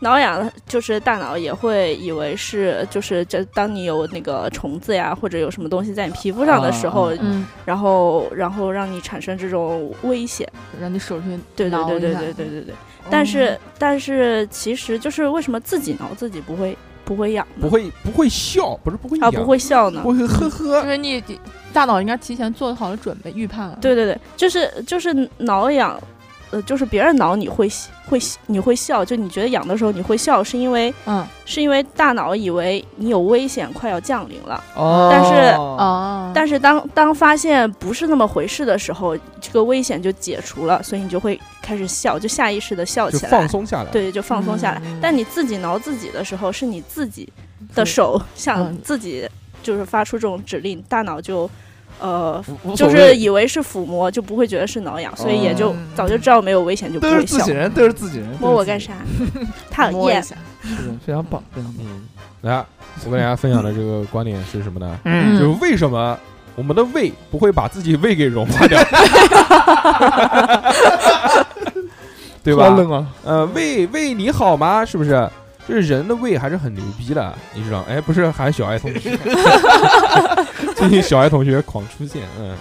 挠痒，就是大脑也会以为是，就是这当你有那个虫子呀，或者有什么东西在你皮肤上的时候，啊啊嗯，然后然后让你产生这种危险。嗯让你手去对对挠对对一下嗯对对对对。但是但是其实就是为什么自己挠自己不会不会痒呢不会不会笑，不是不会啊痒，不会笑呢不？会呵呵就。是你大脑应该提前做好了准备预判了。对对对，就是就是挠痒，呃，就是别人挠你会喜会喜你会笑，就你觉得痒的时候你会笑，是因为嗯是因为大脑以为你有危险快要降临了。哦但是哦，嗯但是当当发现不是那么回事的时候，这个危险就解除了，所以你就会开始笑，就下意识的嗯笑就起放来，松下来。，对，就放松下来。嗯但你自己挠自己的时候，是你自己的手向嗯自己就是发出这种指令，大脑就呃。无就所是谓哦以为是抚摸，就不会觉得是挠痒，所以也就嗯早就知道没有危险，就不都会是自笑己。人，都是自己人，摸我干啥？讨 摸一厌。下都是自己人？非常棒，非常棒。嗯，来，我跟大家分享的这个观点是什么呢？嗯就是为什么我们的胃不会把自己胃给融化掉， 对 吧好？冷啊！呃，胃胃你好吗？是不是？就是人的胃还是很牛逼的，你知道？哎，不是喊小爱同学，最近小爱同学狂出现，嗯，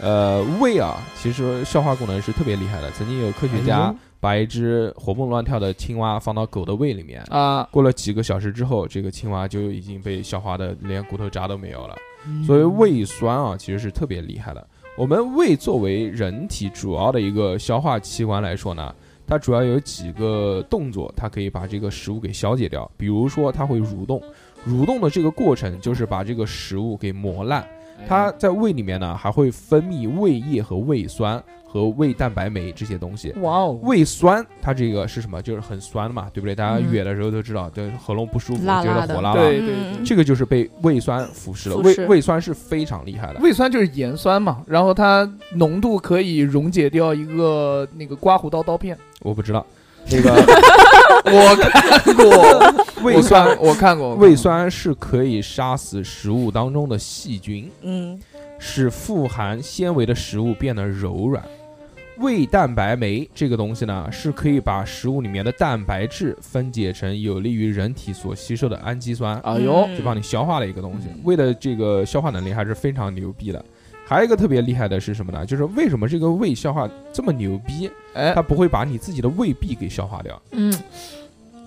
呃，胃啊，其实消化功能是特别厉害的。曾经有科学家把一只活蹦乱跳的青蛙放到狗的胃里面，啊，过了几个小时之后，这个青蛙就已经被消化的连骨头渣都没有了。所以胃酸啊，其实是特别厉害的。我们胃作为人体主要的一个消化器官来说呢，它主要有几个动作，它可以把这个食物给消解掉。比如说，它会蠕动，蠕动的这个过程就是把这个食物给磨烂。哎它在胃里面呢，还会分泌胃液和胃酸和胃蛋白酶这些东西。哇哦，胃酸，它这个是什么？就是很酸的嘛，对不对？大家嗯哕的时候都知道，对喉咙不舒服，辣觉辣得的火辣辣。对对嗯这个就是被胃酸腐蚀了。腐胃蚀胃酸是非常厉害的。胃酸就是盐酸嘛，然后它浓度可以溶解掉一个那个刮胡刀刀片。我不知道，那个 我看过， 胃酸，我看过胃酸是可以杀死食物当中的细菌，嗯，使富含纤维的食物变得柔软。胃蛋白酶这个东西呢，是可以把食物里面的蛋白质分解成有利于人体所吸收的氨基酸，哎呦，嗯就帮你消化的一个东西嗯。胃的这个消化能力还是非常牛逼的。还有一个特别厉害的是什么呢？就是为什么这个胃消化这么牛逼，哎哦它，不会把你自己的胃壁给消化掉，嗯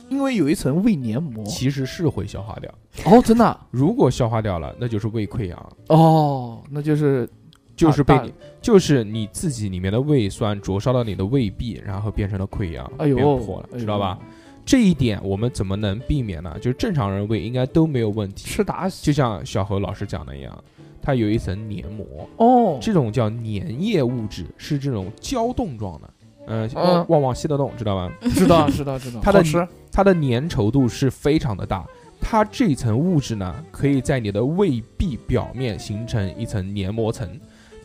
因为有一层胃黏膜。其实是会消化掉。哦，真的啊如果消化掉了，那就是胃溃疡，哦，那就是就是被啊大你，就是你自己里面的胃酸灼烧到你的胃壁，然后变成了溃疡，哎呦变破了，哎呦知道吧？这一点我们怎么能避免呢？就是正常人胃应该都没有问题，吃达就像小何老师讲的一样，它有一层黏膜，哦，这种叫粘液物质，是这种胶冻状的。嗯，嗯旺旺旺西的冻知道吧？知道知道知道，它的好吃它的粘稠度是非常的大。它这层物质呢，可以在你的胃壁表面形成一层黏膜层，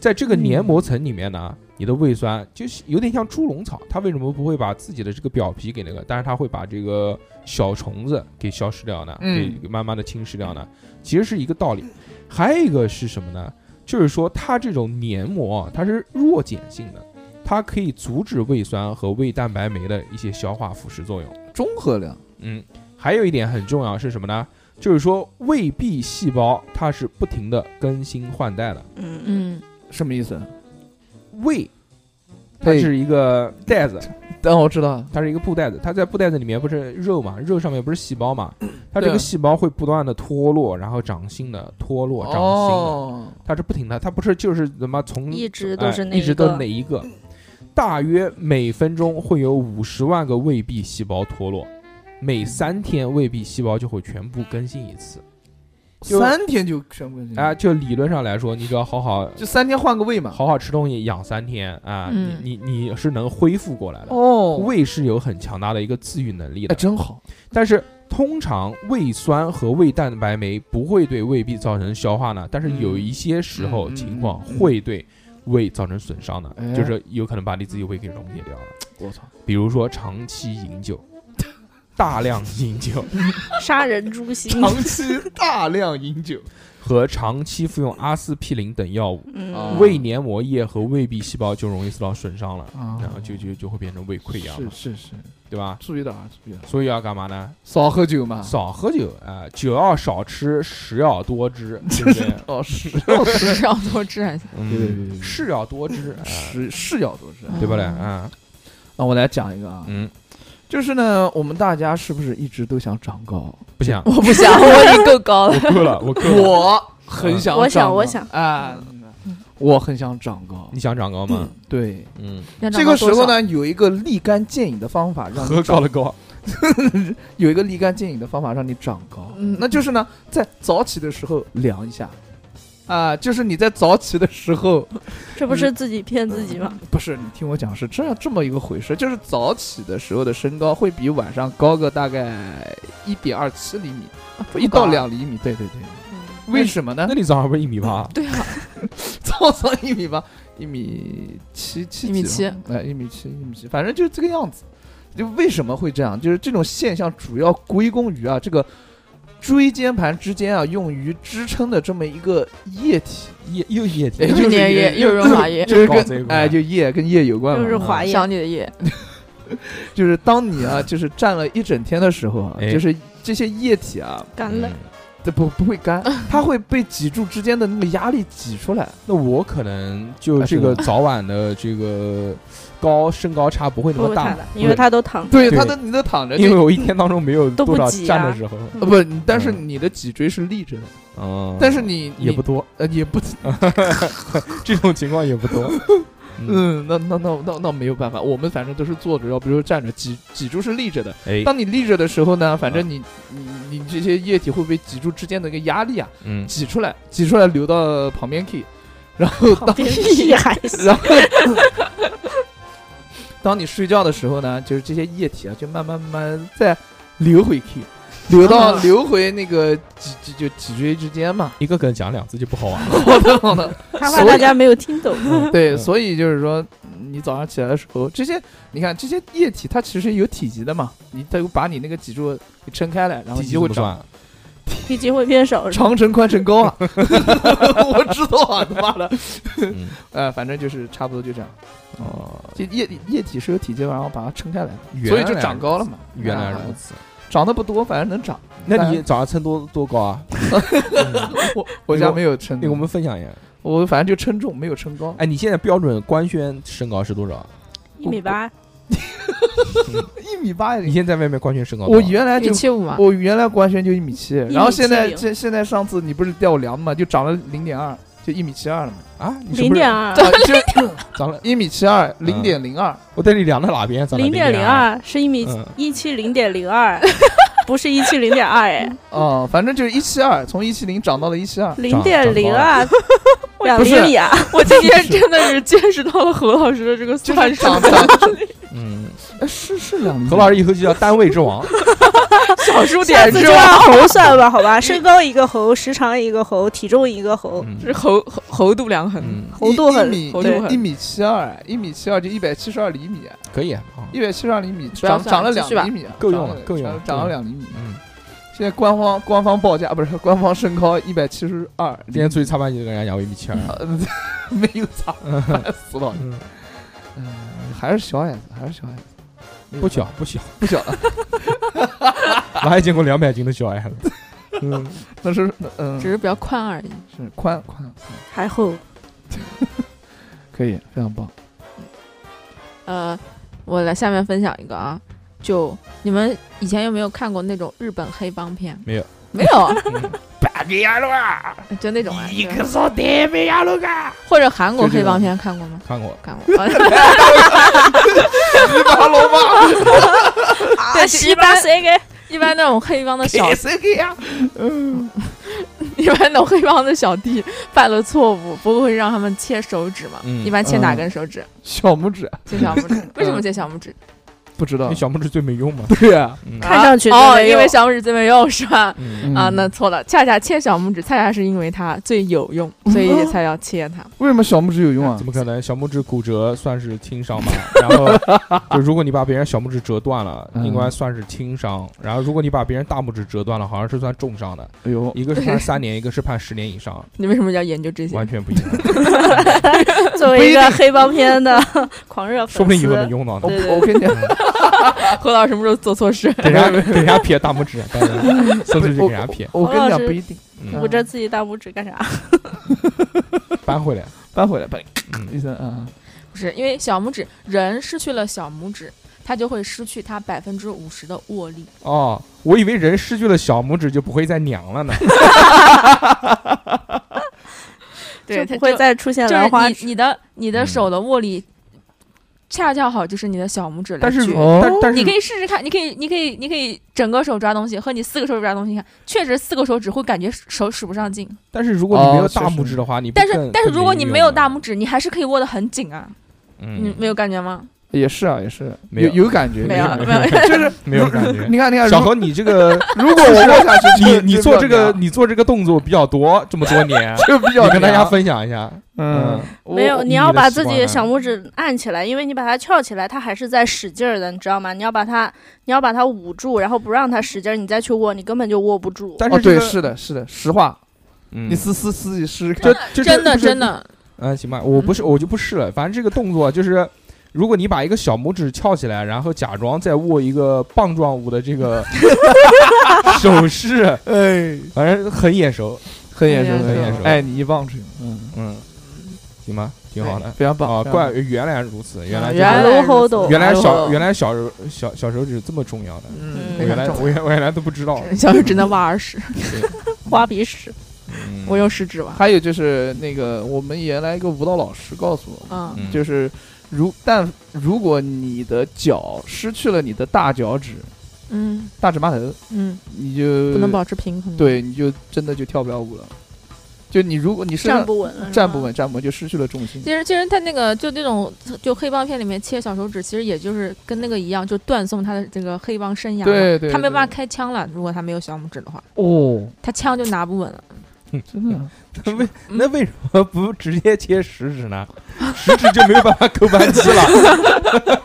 在这个黏膜层里面呢，你的胃酸就是有点像猪笼草，它为什么不会把自己的这个表皮给那个，但是它会把这个小虫子给消失掉呢，嗯给慢慢的侵蚀掉呢，其实是一个道理。还有一个是什么呢？就是说它这种黏膜啊它是弱碱性的，它可以阻止胃酸和胃蛋白酶的一些消化腐蚀作用。中和量。嗯，还有一点很重要是什么呢？就是说胃壁细胞它是不停的更新换代的，嗯 嗯什么意思？胃它对是一个袋子，但我知道，它是一个布袋子，它在布袋子里面不是肉嘛，肉上面不是细胞嘛，它这对个细胞会不断的脱落，然后长新的，脱落长新的，哦，它是不停的，它不是就是怎么从一直都是哎那一直一都个是那一个，大约每分钟会有五十万个胃壁细胞脱落，每三天胃壁细胞就会全部更新一次。就三天就全部更新啊，就理论上来说，你只要好好就三天换个胃嘛。好好吃东西，养三天啊，嗯你你你是能恢复过来的。哦，胃是有很强大的一个自愈能力哎，的，真好。但是通常胃酸和胃蛋白酶不会对胃壁造成消化呢，但是有一些时候嗯嗯情况嗯会对胃造成损伤的，哎就是有可能把你自己胃给溶解掉了。我 操，比如说长期饮酒，大量饮酒杀人诛心。长期大量饮酒，和长期服用阿司匹林等药物，嗯啊，胃黏膜液和胃壁细胞就容易受到损伤了，啊然后就就就会变成胃溃疡是嘛，是是，对吧？注意到啊，注意到，所以要干嘛呢？少喝酒嘛。少喝酒啊、呃酒要少吃，食要多知，对不对？哦，是是要多吃 还行对对对对是要多知，啊呃是是要多吃。对不对？啊，那我来讲一个啊，嗯，就是呢，我们大家是不是一直都想长高？ 不想，我不想，我已经够高了。我够了，我够了。我很想，我想我想啊，我很想长高你。想长高吗？对，嗯，要长这到个时多候少，呢，有一个立竿见影的方法让你何高长的高，有一个立竿见影的方法让你长高，嗯那就是呢，在早起的时候量一下，啊，就是你在早起的时候，这不嗯是自己骗自己吗？不是你听我讲是这样这么一个回事，就是早起的时候的身高会比晚上高个大概一点二七厘米，一到两厘米，对对对，为什么呢那？你早上不是一米八？嗯对啊，早上一米八，一米七七几一吧，米七哎，一米七，一米七，反正就是这个样子。就为什么会这样？就是这种现象主要归功于啊，这个椎间盘之间啊用于支撑的这么一个液体，液又液体哎，又就是是这粘个液，又是润滑液，就是搞这一跟块哎就液跟液有嗯关嘛，就是滑液，想你的液，就是当你啊就是站了一整天的时候啊，哎就是这些液体啊，干嗯了。它不不会 干，它会被脊柱之间的那个压力挤出来。那我可能就这个早晚的这个高身高差不会那不么会大看，的，因为他 都躺着。对，对它的你都躺着，因为我一天当中没有都不多少挤站啊的时候，呃不，你但是你的脊椎是立着的，嗯，但是你也不嗯你多，呃也不这种情况也不多。嗯， 嗯，那那那那那没有办法，我们反正都是坐着，然后比如说站着，脊脊柱是立着的。哎，当你立着的时候呢，反正你你你这些液体会被脊柱之间的一个压力啊嗯，挤出来，挤出来流到旁边去，然后当 屁还行 然后当你睡觉的时候呢，就是这些液体啊，就慢慢慢慢再流回去，流到啊流回那个脊脊就脊椎之间嘛。 一个梗讲两次就不好玩了。好的好的，他怕大家没有听懂。 对，嗯所以就是说，你早上起来的时候，这些你看这些液体，它其实有体积的嘛，你它把你那个脊柱给撑开来，然后第你几就会不长算，体积会变少，是吧长城、宽 城高啊。 我知道啊，他妈的，嗯 呃，反正就是差不多就这样。哦，这液体液体是有体积的，然后把它撑开来，原所以就来长高了嘛。原来啊如此。长得不多，反正能长。那你早上称多多高 啊？ 我我家没有称那，哎个我们分享一下。我反正就称重，没有称高。哎，你现在标准官宣身高是多少？一米八，一米八你现在在外面官宣身高多我少？原来一就七五嘛，我哦原来官宣就一米七，然后现在1.70现现在上次你不是调我量嘛，就长了零点二，就一米七二了嘛，啊，你是零不是点二，啊就长了，一米七二，零点零二，我带你量到哪边？啊长了零点零二，二是一米嗯一七零点零二，不是一七零点二 哎，哦，反正就是一七二，从一七零涨到了一七二，零点零二， 两不是厘米啊，我 今天真的是见识到了何老师的这个就是算术。涨涨，嗯，哎是是两厘米，何老师以后就叫单位之 王，小数下点次是就吧？按 猴算吧，好吧，身高一个猴，时长一个猴，体重一个猴，嗯是猴猴猴度量衡，嗯，猴度很一一米猴度一很一米七二，一米七二就一百七十二厘米，可以啊，啊一百七十二厘米要涨算涨了继两续吧厘米啊，够用涨了够用了涨涨够了用两厘米。嗯，现在官方官方报价不是官方身高一百七十二，今天出去擦班就跟人家讲我一米七二，呃没有 差，烦死了。嗯，嗯，还是小矮子，还是小矮子，没有不办小法不小，不小， 我还见过两百斤的小 矮子，嗯，那是那嗯只是是比较宽而已。宽宽，还猴。嗯可以非常棒。呃，我来下面分享一个啊，就你们以前有没有看过那种日本黑帮片？没有，嗯没有，啊八个牙路啊，就那种啊，对少得没牙路啊，或者韩国就这黑帮种片看过吗？看过，看 过。呃你把老马对，啊西一巴般谁给？一般那种黑帮的 小给谁给呀？嗯，一般那种黑帮的小弟犯了错误，不会让他们切手指嘛？嗯一般切哪根手指？小拇指切小拇 指。为什么切小拇指？不知道那，小拇指最没用嘛，对啊，嗯看上去哦，真没因为用小拇指最没用是吧？嗯，啊，嗯那错了，恰恰切小拇指，恰恰是因为它最有用，所以才要切它。为什么小拇指有用啊怎？么可能？小拇指骨折算是轻伤 吧？然后，就如果你把别人小拇指折断了，嗯应该算是轻伤。然后，如果你把别人大拇指折断了，好像是算重伤的。哎呦，一个是判三年，一个是判十年以 上，你为什么要研究这些？完全不一样。 作为一个黑帮片 的狂热说粉不定以后能丝，用到呢我。对对我 跟你讲，何啊老师什么时候做错事？给人家给人家撇大拇 指，到时候伸出去给人家撇，我跟你讲老师不一定，嗯，捂着自己大拇指干 啥？搬 回来。搬回来，搬嗯医生啊， 不是因为小拇指，人失去了小拇指，他就会失去他百分之五十的握力。哦，我以为人失去了小拇指就不会再娘了呢。就对，它不会就再出现就兰花是指。你你的你的嗯手的握力，恰恰好就是你的小拇指来但是撅哦但但是你可以试试看，你可以，你可以，你可以整个手抓东西，和你四个手指抓东西，你看，确实四个手指会感觉手使不上劲。但是如果你没有哦大是拇是指的话，你不但是更，但是更如果你运没用有了大拇指，你还是可以握得很紧啊。你嗯没有感觉吗？也是啊，也是没有有有感觉，没有有感觉没有 就是没有感觉你看，你看，小如何，你这个如果我握下去，就你你就做比这较个凉，你做这个动作比较多，这么多年就比 较要跟大家凉，分享一下。嗯，我没有，你你要的把习自惯啊己呢小拇指按起来，因为你把它翘起来，它还是在使劲儿的，你知道吗？你要把它，你要把它捂住，然后不让它使劲儿，你再去握，你根本就握不住。但哦，是这对，个是的，是的，实话，嗯你撕撕撕自己试试这看，这真的不是真的，嗯，行吧，我不是，我就不试了。反正这个动作就是，如果你把一个小拇指翘起来，然后假装在握一个棒状物的这个 手势，哎，反正很眼熟。很眼熟，眼很熟眼很眼熟哎，你一棒槌，嗯，嗯，行吧，挺好的。非常棒啊，非常怪棒原来如此，原来啊这原个来搂如吼此抖嗯原来小哦原来小手小小手指这么重要的，嗯我非原常来重要我原我原来都不知道。 小手只能挖耳屎， 花鼻屎，嗯我用食指挖。还有就是那个我们原来一个舞蹈老师告诉我，嗯，嗯就是如但如果你的脚失去了你的大脚趾、嗯大指麻头，嗯，你就不能保持平衡。，呃对，你就真的就跳不了舞了。就你如果你身站上不稳了，站不。稳，站不稳就失去了重心。其实其实他那个就那种就黑帮片里面切小手指，其实也就是跟那个一样，就断送他的这个黑帮生涯。对对他没办法对开枪了，如果他没有小拇指的话， 哦，他枪就拿不稳了。真的，为那为什么不直接切食指呢？食指就没有办法扣扳机了。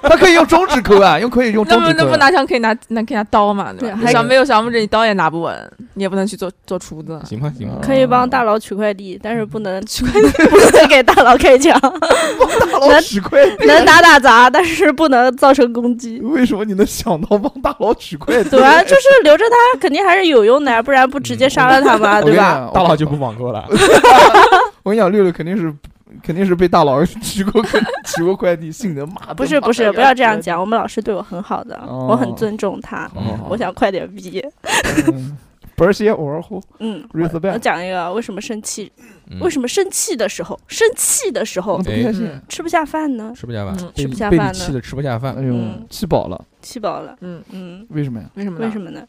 他可以用中指抠啊，又可以用那中不指那抠不啊。拿枪可以拿那可以拿刀嘛，对吧？对你还小没有小拇指，你刀也拿不稳，你也不能去做做厨子。 行吧，行吧，可以帮大佬取快递，但是不能嗯 不能给大佬开枪，大佬取快递，能打打砸，但是不能造成攻击。嗯为什么你能想到帮大佬取快递？对啊，就是留着它肯定还是有用的呀，不然不直接杀了它 嘛， 我跟对你吧？讲，大佬佬就不网购了。我跟你讲，六六肯定是肯定是被大佬 取 过快取过快递，性能妈不是不是，不要这样。讲，我们老师对我很好的，哦我很尊重他，嗯 我想快点毕业。嗯不是些偶尔呼嗯， r e s p 我 e 讲一个为什么生气，嗯为什么生气的时候，生气的时候不开心嗯，吃不下饭呢？吃不下嗯饭，吃被不你下被饭你呢气的吃不下饭。哎呦嗯，气饱了，气饱了。嗯，嗯，为什么呀？为什么呢？为什么呢？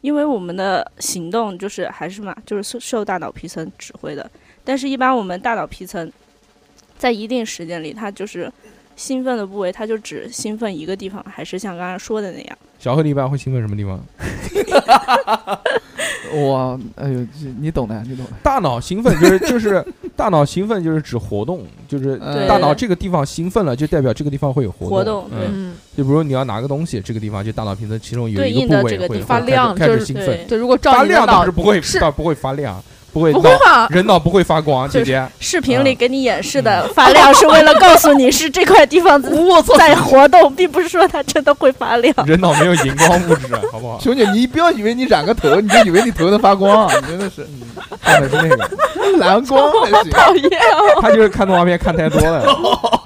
因为我们的行动就是还是嘛，就是受受大脑皮层指挥的，但是一般我们大脑皮层在一定时间里，它就是兴奋的部位，它就只兴奋一个地方，还是像刚刚说的那样。小何，你一般会兴奋什么地方？哇，哎呦，这你懂的，你懂的。大脑兴奋就是就是大脑兴奋就是指活动，就是嗯大脑这个地方兴奋了，就代表这个地方会有活活动动。对嗯，嗯，就比如你要拿个东西，这个地方就大脑皮层其中有对一应个的部位这个会地会方发亮开始开始就是兴奋，对，就如果照发你的亮倒脑是不会是倒不会发亮，不会不会脑吧？人脑不会发光，就姐是姐。视频里给你演示的发亮是为了告诉你是这块地方在活动，并不是说它真的会发亮。人脑没有荧光物质，好不好？熊姐，你不要以为你染个头，你就以为你头能发光，啊 你真的是看的是那个，蓝光还 行。 讨厌啊！他就是看动画片看太多了，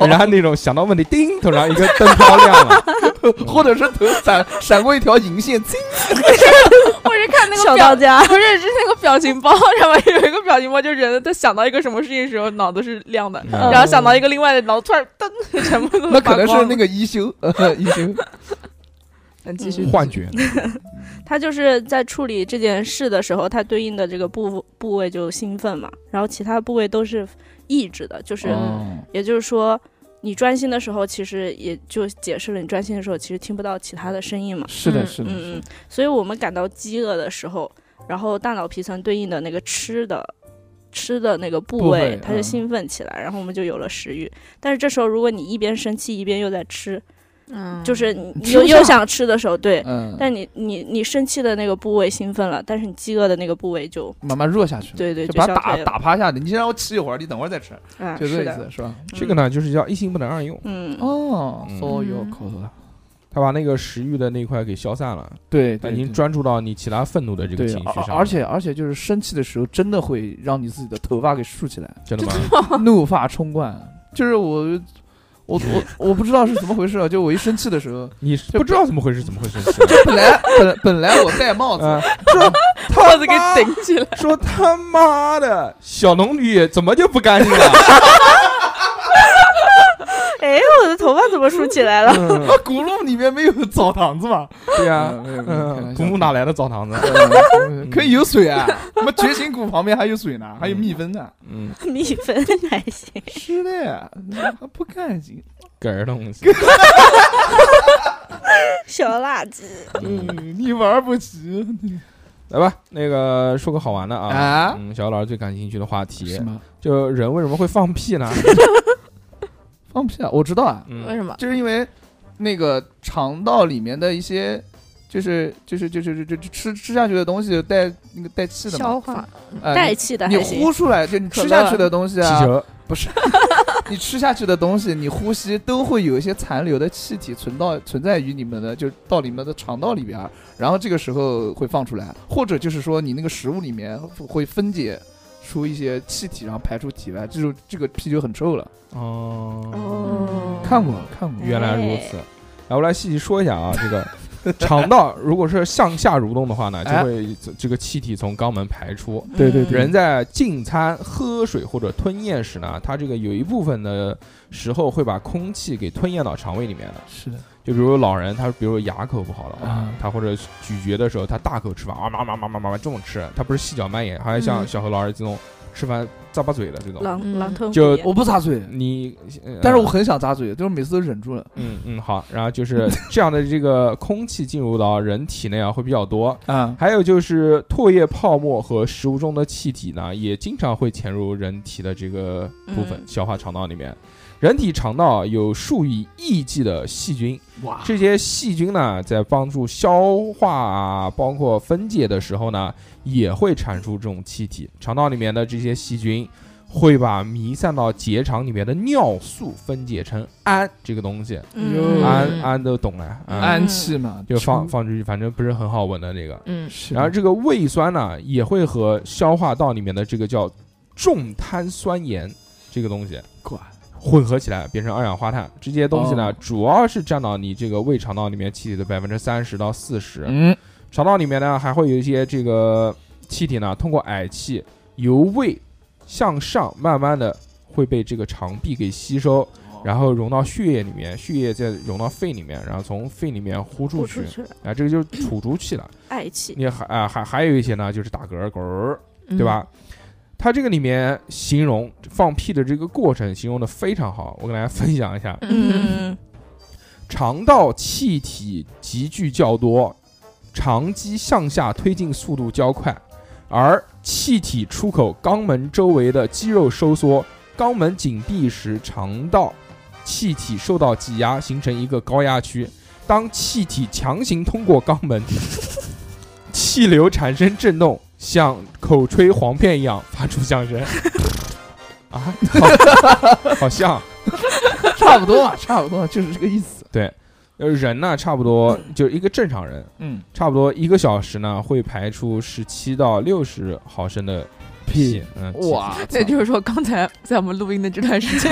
然后那种想到问题，叮，头上一个灯泡亮了。或者是头闪闪过一条银 线，呲我是看那小个当表，家，不是是那个表情包， 上面有一个表情包，就人他想到一个什么事情的时候，脑子是亮的，嗯然后想到一个另外的，脑子突然噔， 全部都那可能是那个个一休，呃一休嗯继续幻觉，他就是在处理这件事的时候，他对应的这个部部位就兴奋嘛，然后其他部位都是抑制的，就是、哦也就是说，你专心的时候，其实也就解释了你专心的时候其实听不到其他的声音嘛。是的，嗯是的，嗯嗯，所以我们感到饥饿的时候，然后大脑皮层对应的那个吃的吃的那个部部位位，它就嗯兴奋起来，然后我们就有了食欲。但是这时候，如果你一边生气一边又在吃，嗯就是你吃又不又下想吃的时候，对，嗯，但你你你生气的那个部位兴奋了，但是你饥饿的那个部位就慢慢弱下去了，对对嗯就就把它消打退了打趴下去。你先让我吃一会儿，你等会儿再吃，啊，就是这意思的，是吧？这个呢，就是叫一心不能二用，嗯，嗯，哦嗯，so you 嗯口头了，他把那个食欲的那块给消散了，对，他对已经对专注到你其他愤怒的这个对情，绪而上了。而且而且就是生气的时候，真的会让你自己的头发给竖起来，真的吗？怒发冲冠。就是我我我我不知道是怎么回事啊，就我一生气的时候， 你是不知道怎么回事，怎么会生气？嗯本来本本来我戴帽子，啊，他子给妈顶起来。说他妈的小龙女怎么就不干净了？哎，我的头发怎么竖起 来了？ 嗯那轱辘啊里面没有澡堂子吧？对呀，啊，没有没有开嗯，玩古笑墓哪来的澡堂子？嗯可以有水啊！我们绝情谷旁边还有水呢，还有蜜蜂呢。嗯，蜜蜂还行，是的呀，还不干净。个儿东西。小垃圾。嗯，嗯，你玩不起 来吧，那个说个好玩的啊。啊？嗯，小老师最感兴趣的话题什，么？就人为什么会放屁呢？放屁啊！我知道啊，为嗯，什么？就是因为那个肠道里面的一些，就是就是就是就就吃吃下去的东西带那个带气的嘛，化呃带气的你还行呼。出来就你可吃下乐去的东西气啊，球，不是 你吃下去的东西，你呼吸都会有一些残留的气体存到存在于你们的，就是到你们的肠道里边儿，然后这个时候会放出来，或者就是说你那个食物里面会分解出一些气体，然后排出体外，这就这个屁就很臭了。哦，哦，看过看过，原来如此。来，我来细细说一下啊，这个肠道如果是向下蠕动的话呢，就哎会这这个气体从肛门排出。嗯对对对人在进餐、喝水或者吞咽时呢，它这个有一部分的时候会把空气给吞咽到肠胃里面的。是的，就比如老人，他比如牙口不好的话啊，他或者咀嚼的时候，他大口吃饭啊，嘛嘛嘛嘛嘛嘛这种吃，他不是细嚼慢咽，还有像嗯小何老师这种吃饭咂巴嘴的这种。狼狼吞虎就咽我不咂嘴，你，呃嗯但是我很想咂嘴，但是每次都忍住了嗯嗯好，然后就是这样的这个空气进入到人体内啊会比较多，啊。还有就是唾液泡沫和食物中的气体呢，也经常会潜入人体的这个部分、嗯消化肠道里面。人体肠道有数以亿计的细菌，哇，这些细菌呢，在帮助消化啊，包括分解的时候呢，也会产出这种气体。肠道里面的这些细菌会把弥散到结肠里面的尿素分解成氨这个东西，嗯氨嗯氨都懂了，嗯啊，氨气嘛，就放放出去，反正不是很好闻的那个。嗯是的。然后这个胃酸呢，也会和消化道里面的这个叫重碳酸盐这个东西管混合起来，变成二氧化碳。这些东西呢，哦主要是占到你这个胃肠道里面气体的百分之三十到四十、嗯，肠道里面呢，还会有一些这个气体呢，通过氦气由胃向上，慢慢的会被这个肠壁给吸哦收。然后融到血液里面，血液再融到肺里面，然后从肺里面呼出吐去出，去了，啊，这个就是储住气了。爱气。你还啊还还有一些呢，就是打嗝嗝儿，对吧？？它这个里面形容放屁的这个过程形容的非常好，我给大家分享一下。 嗯， 肠道气体集聚较多，肠肌向下推进速度较快，而气体出口肛门周围的肌肉收缩，肛门紧闭时，肠道气体受到挤压，形成一个高压区。当气体强行通过肛门， 气流产生震动，像口吹簧片一样发出响声。 啊，好好像。差不多嘛，差不多就是这个意思。呃，人呢，差不多就是一个正常人，嗯，差不多一个小时呢会排出十七到六十毫升的屁屁，嗯，哇，那就是说，刚才在我们录音的这段时间，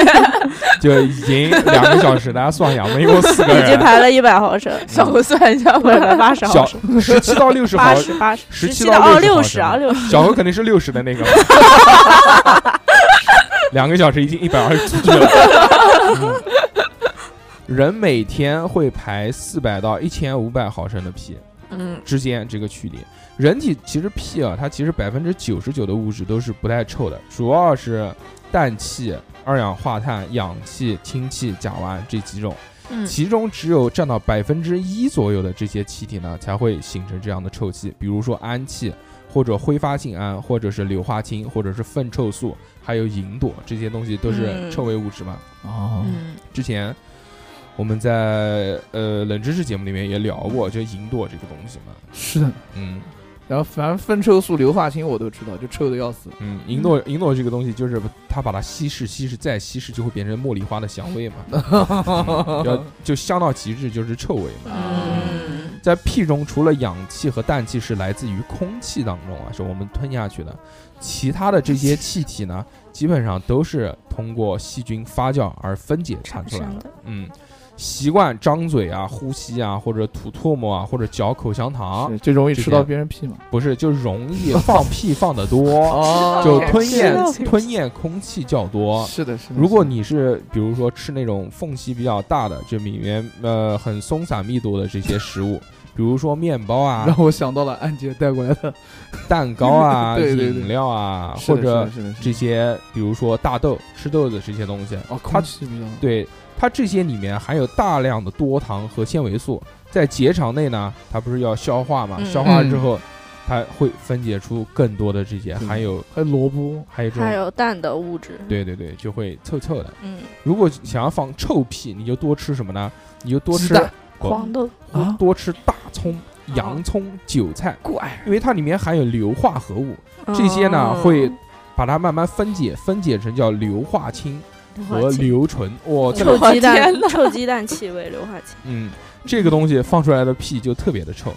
就已经两个小时，大家算一下，我们一共四个已经人，排 了一百毫升，小何算一下不吧是。八十毫小升，十七到六十毫八，十八十， 17七到哦， 60六毫十啊，升六十，小何肯定是六十的那 个嘛，两个小时已经一百二十出去了。 嗯人每天会排四百到一千五百毫升的屁，嗯之间这个距离。人体其实屁啊，它其实百分之九十九的物质都是不太臭的，主要是氮气、二氧化碳、氧气、氢气、甲烷这几种，嗯其中只有占到百分之一左右的这些气体呢，才会形成这样的臭气，比如说氨气。或者挥发性氨，或者是硫化氢，或者是粪臭素，还有吲哚，这些东西都是嗯臭味物质嘛。哦嗯之前我们在呃冷知识节目里面也聊过，就吲哚这个东西嘛。是的。嗯，然后反正粪臭素、硫化氢我都知道，就臭的要死。嗯，银朵银朵这个东西就是它把它稀释、稀释再稀释，就会变成茉莉花的香 味嘛， 嗯要就香到极致就是臭味嘛。嗯在屁中，除了氧气和氮气是来自于空气当中啊，是我们吞下去的，其他的这些气体呢，基本上都是通过细菌发酵而分解产出来的。的，嗯，习惯张嘴啊、呼吸啊，或者吐唾沫啊，或者嚼口香糖，是最容易就吃这到样别人屁嘛。不是就容 易放屁放得多，哦就吞咽道吞咽空气较多。是的，是的。如果是的你是比如说吃那种缝隙比较大的，就里面呃很松散密度的这些食物，比如说面包啊让、我想到了安姐带过来的，蛋糕啊、 对对对饮料啊，是或的是者的是的是的这些比如说大豆、吃豆子这些东西，哦，它空气比较对它这些里面含有大量的多糖和纤维素，在结肠内呢，它不是要消化嘛？嗯消化之后，它会分解出更多的这些对含有还有萝卜，还有这还种。有氮的物质，对对对，就会臭臭的。嗯，如果想要放臭屁，你就多吃什么呢？你就多鸡吃蛋不黄豆啊多吃大葱、洋葱、韭菜，怪啊哦因为它里面含有硫化合物，这些呢会把它慢慢分解，分解成叫硫化氢嗯和硫醇。哦哇，这个 臭鸡蛋天，哪臭鸡蛋气味硫化氢。嗯，这个东西放出来的屁就特别的臭，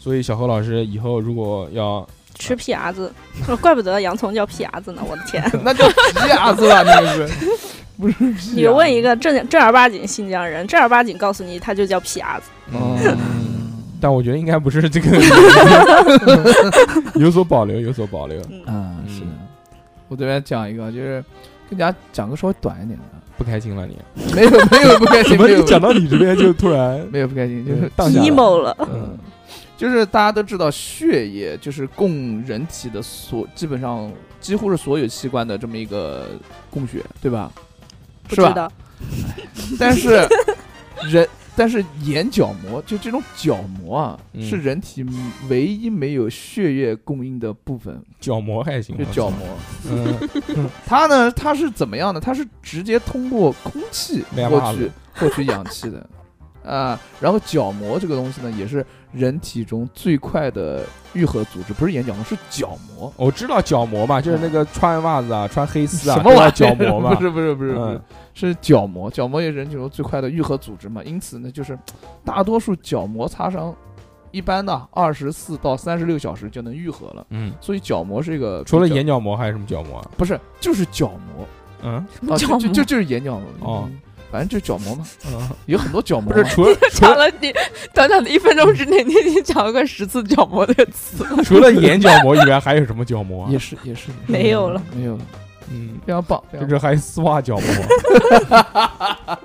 所以小何老师以后如果要吃屁牙子， 怪不得洋葱叫屁牙子呢！我的 天， 那叫皮牙子了，那个是不是皮牙子？你问一个正正儿八经新疆人，正儿八经告诉你，他就叫屁牙子。 嗯但我觉得应该不是 这个， 有所保留，有所保留，嗯，啊，是的。我这边讲一个，就是跟大家讲个稍微短一点 的，不开心了你？没有没有不开怎心，么没你有讲到你这边就突然没有不开心，就是荡下来 emo 了， 嗯，就是大家都知道，血液就是供人体的所基本上几乎是所有器官的这么一个供血，对吧？不是知吧？道 但是人，但是眼角膜就这种角膜啊，嗯是人体唯一没有血液供应的部分，角膜还行，啊就角膜。嗯，它呢，它是怎么样的？它是直接通过空气两把获子取获取氧气的。啊，然后角膜这个东西呢，也是人体中最快的愈合组织，不是眼角膜，是角膜。我知道角膜嘛，就是那个穿袜子啊，穿黑丝啊，什么玩意都儿？叫角膜嘛 不，是不是不是不是嗯，是角膜，角膜也是人体中最快的愈合组织嘛。因此呢，就是大多数角膜擦伤，一般呢二十四到三十六小时就能愈合了。嗯，所以角膜是一个除了比较眼角膜还有什么角膜啊？不是就是角膜，嗯， 什么啊，叫就就就母就是眼角膜哦，嗯反正就是角膜嘛，嗯有很多角膜不嘛。是除了 除 讲了了你短短的一分钟之内，你已经讲了快十次“角膜”这个词了。除了眼角膜以外还有什么角膜啊也？是也是没有了，没有了，嗯，非常棒，非就常是还有丝袜角膜。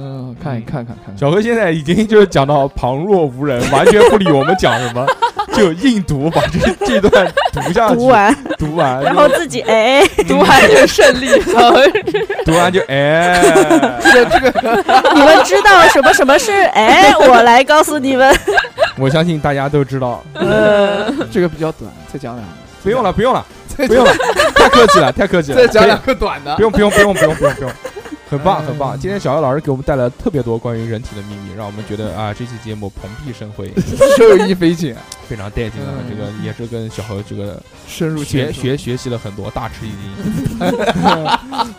嗯，看一看看看看，小何现在已经就是讲到旁若无人，完全不理我们讲 什么，就硬读把这这段读下去，读完，读完然后自己哎，读完就胜利了，读完就哎，这个这个你们知道什么什么是哎，我来告诉 你们。我相信大家都知 道，这个比较短，再讲两个，不用了，不用了，再不讲用了，太客气了，太客气了，再讲两可个短的 以不， 用不用不用不用不用不用，很棒嗯很棒，今天小何老师给我们带来特别多关于人体的秘密，让我们觉得啊这期节目蓬荜生辉， 受益匪浅，非常带劲啊，嗯这个也是跟小何这个深入学浅出学学习了很多，大吃一惊，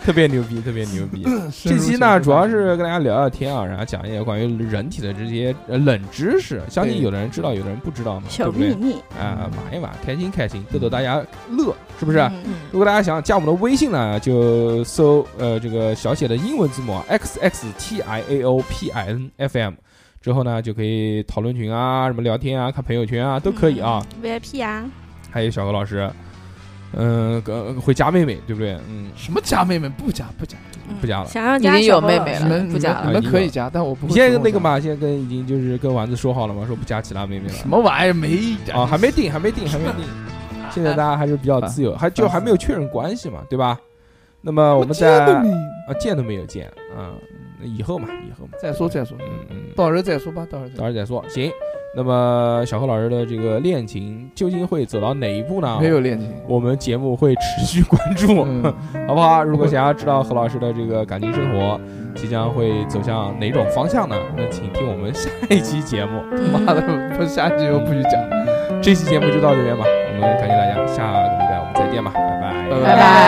特别牛逼，特别牛逼。这期呢，主要是跟大家聊聊天啊，然后讲一些关于人体的这些呃冷知识，相信对有的人知道，有的人不知道嘛，对小不对秘？密，啊，玩一玩，开心开心，逗逗大家乐，是不是？嗯如果大家想加我们的微信呢，就搜呃这个小写的英文字母啊 x x t i a o p i n f m，之后呢就可以讨论群啊，什么聊天啊，看朋友圈啊，都可以啊。 ？VIP 啊，还有小何老师，嗯、呃，会加妹妹，对不对？嗯，什么加妹妹不加不加，不加了嗯想要已加经有小朋友妹妹了你们不加了你们啊你们可以加，但我不你会。现在那个？嘛，现在跟已经就是跟丸子说好了嘛，说不加其他妹妹了。什么玩意儿没一点啊，还没定，还没定，还没 定。现在大家还是比较自由，还就还没有确认关系嘛，对吧？那么我们在啊见都没有见啊，那以后嘛，以后嘛，再说再说，嗯嗯，到时候再说吧，到时候再到时候说。再说。行，那么小何老师的这个恋情究竟会走到哪一步呢？没有，恋情，我们节目会持续关注，嗯 好不好？如果想要知道何老师的这个感情生活即将会走向哪种方向呢？那请听我们下一期节目。妈的，不下一集又不许讲。这期节目就到这边吧，我们感谢大家，下个礼拜我们再见吧，拜拜拜拜拜。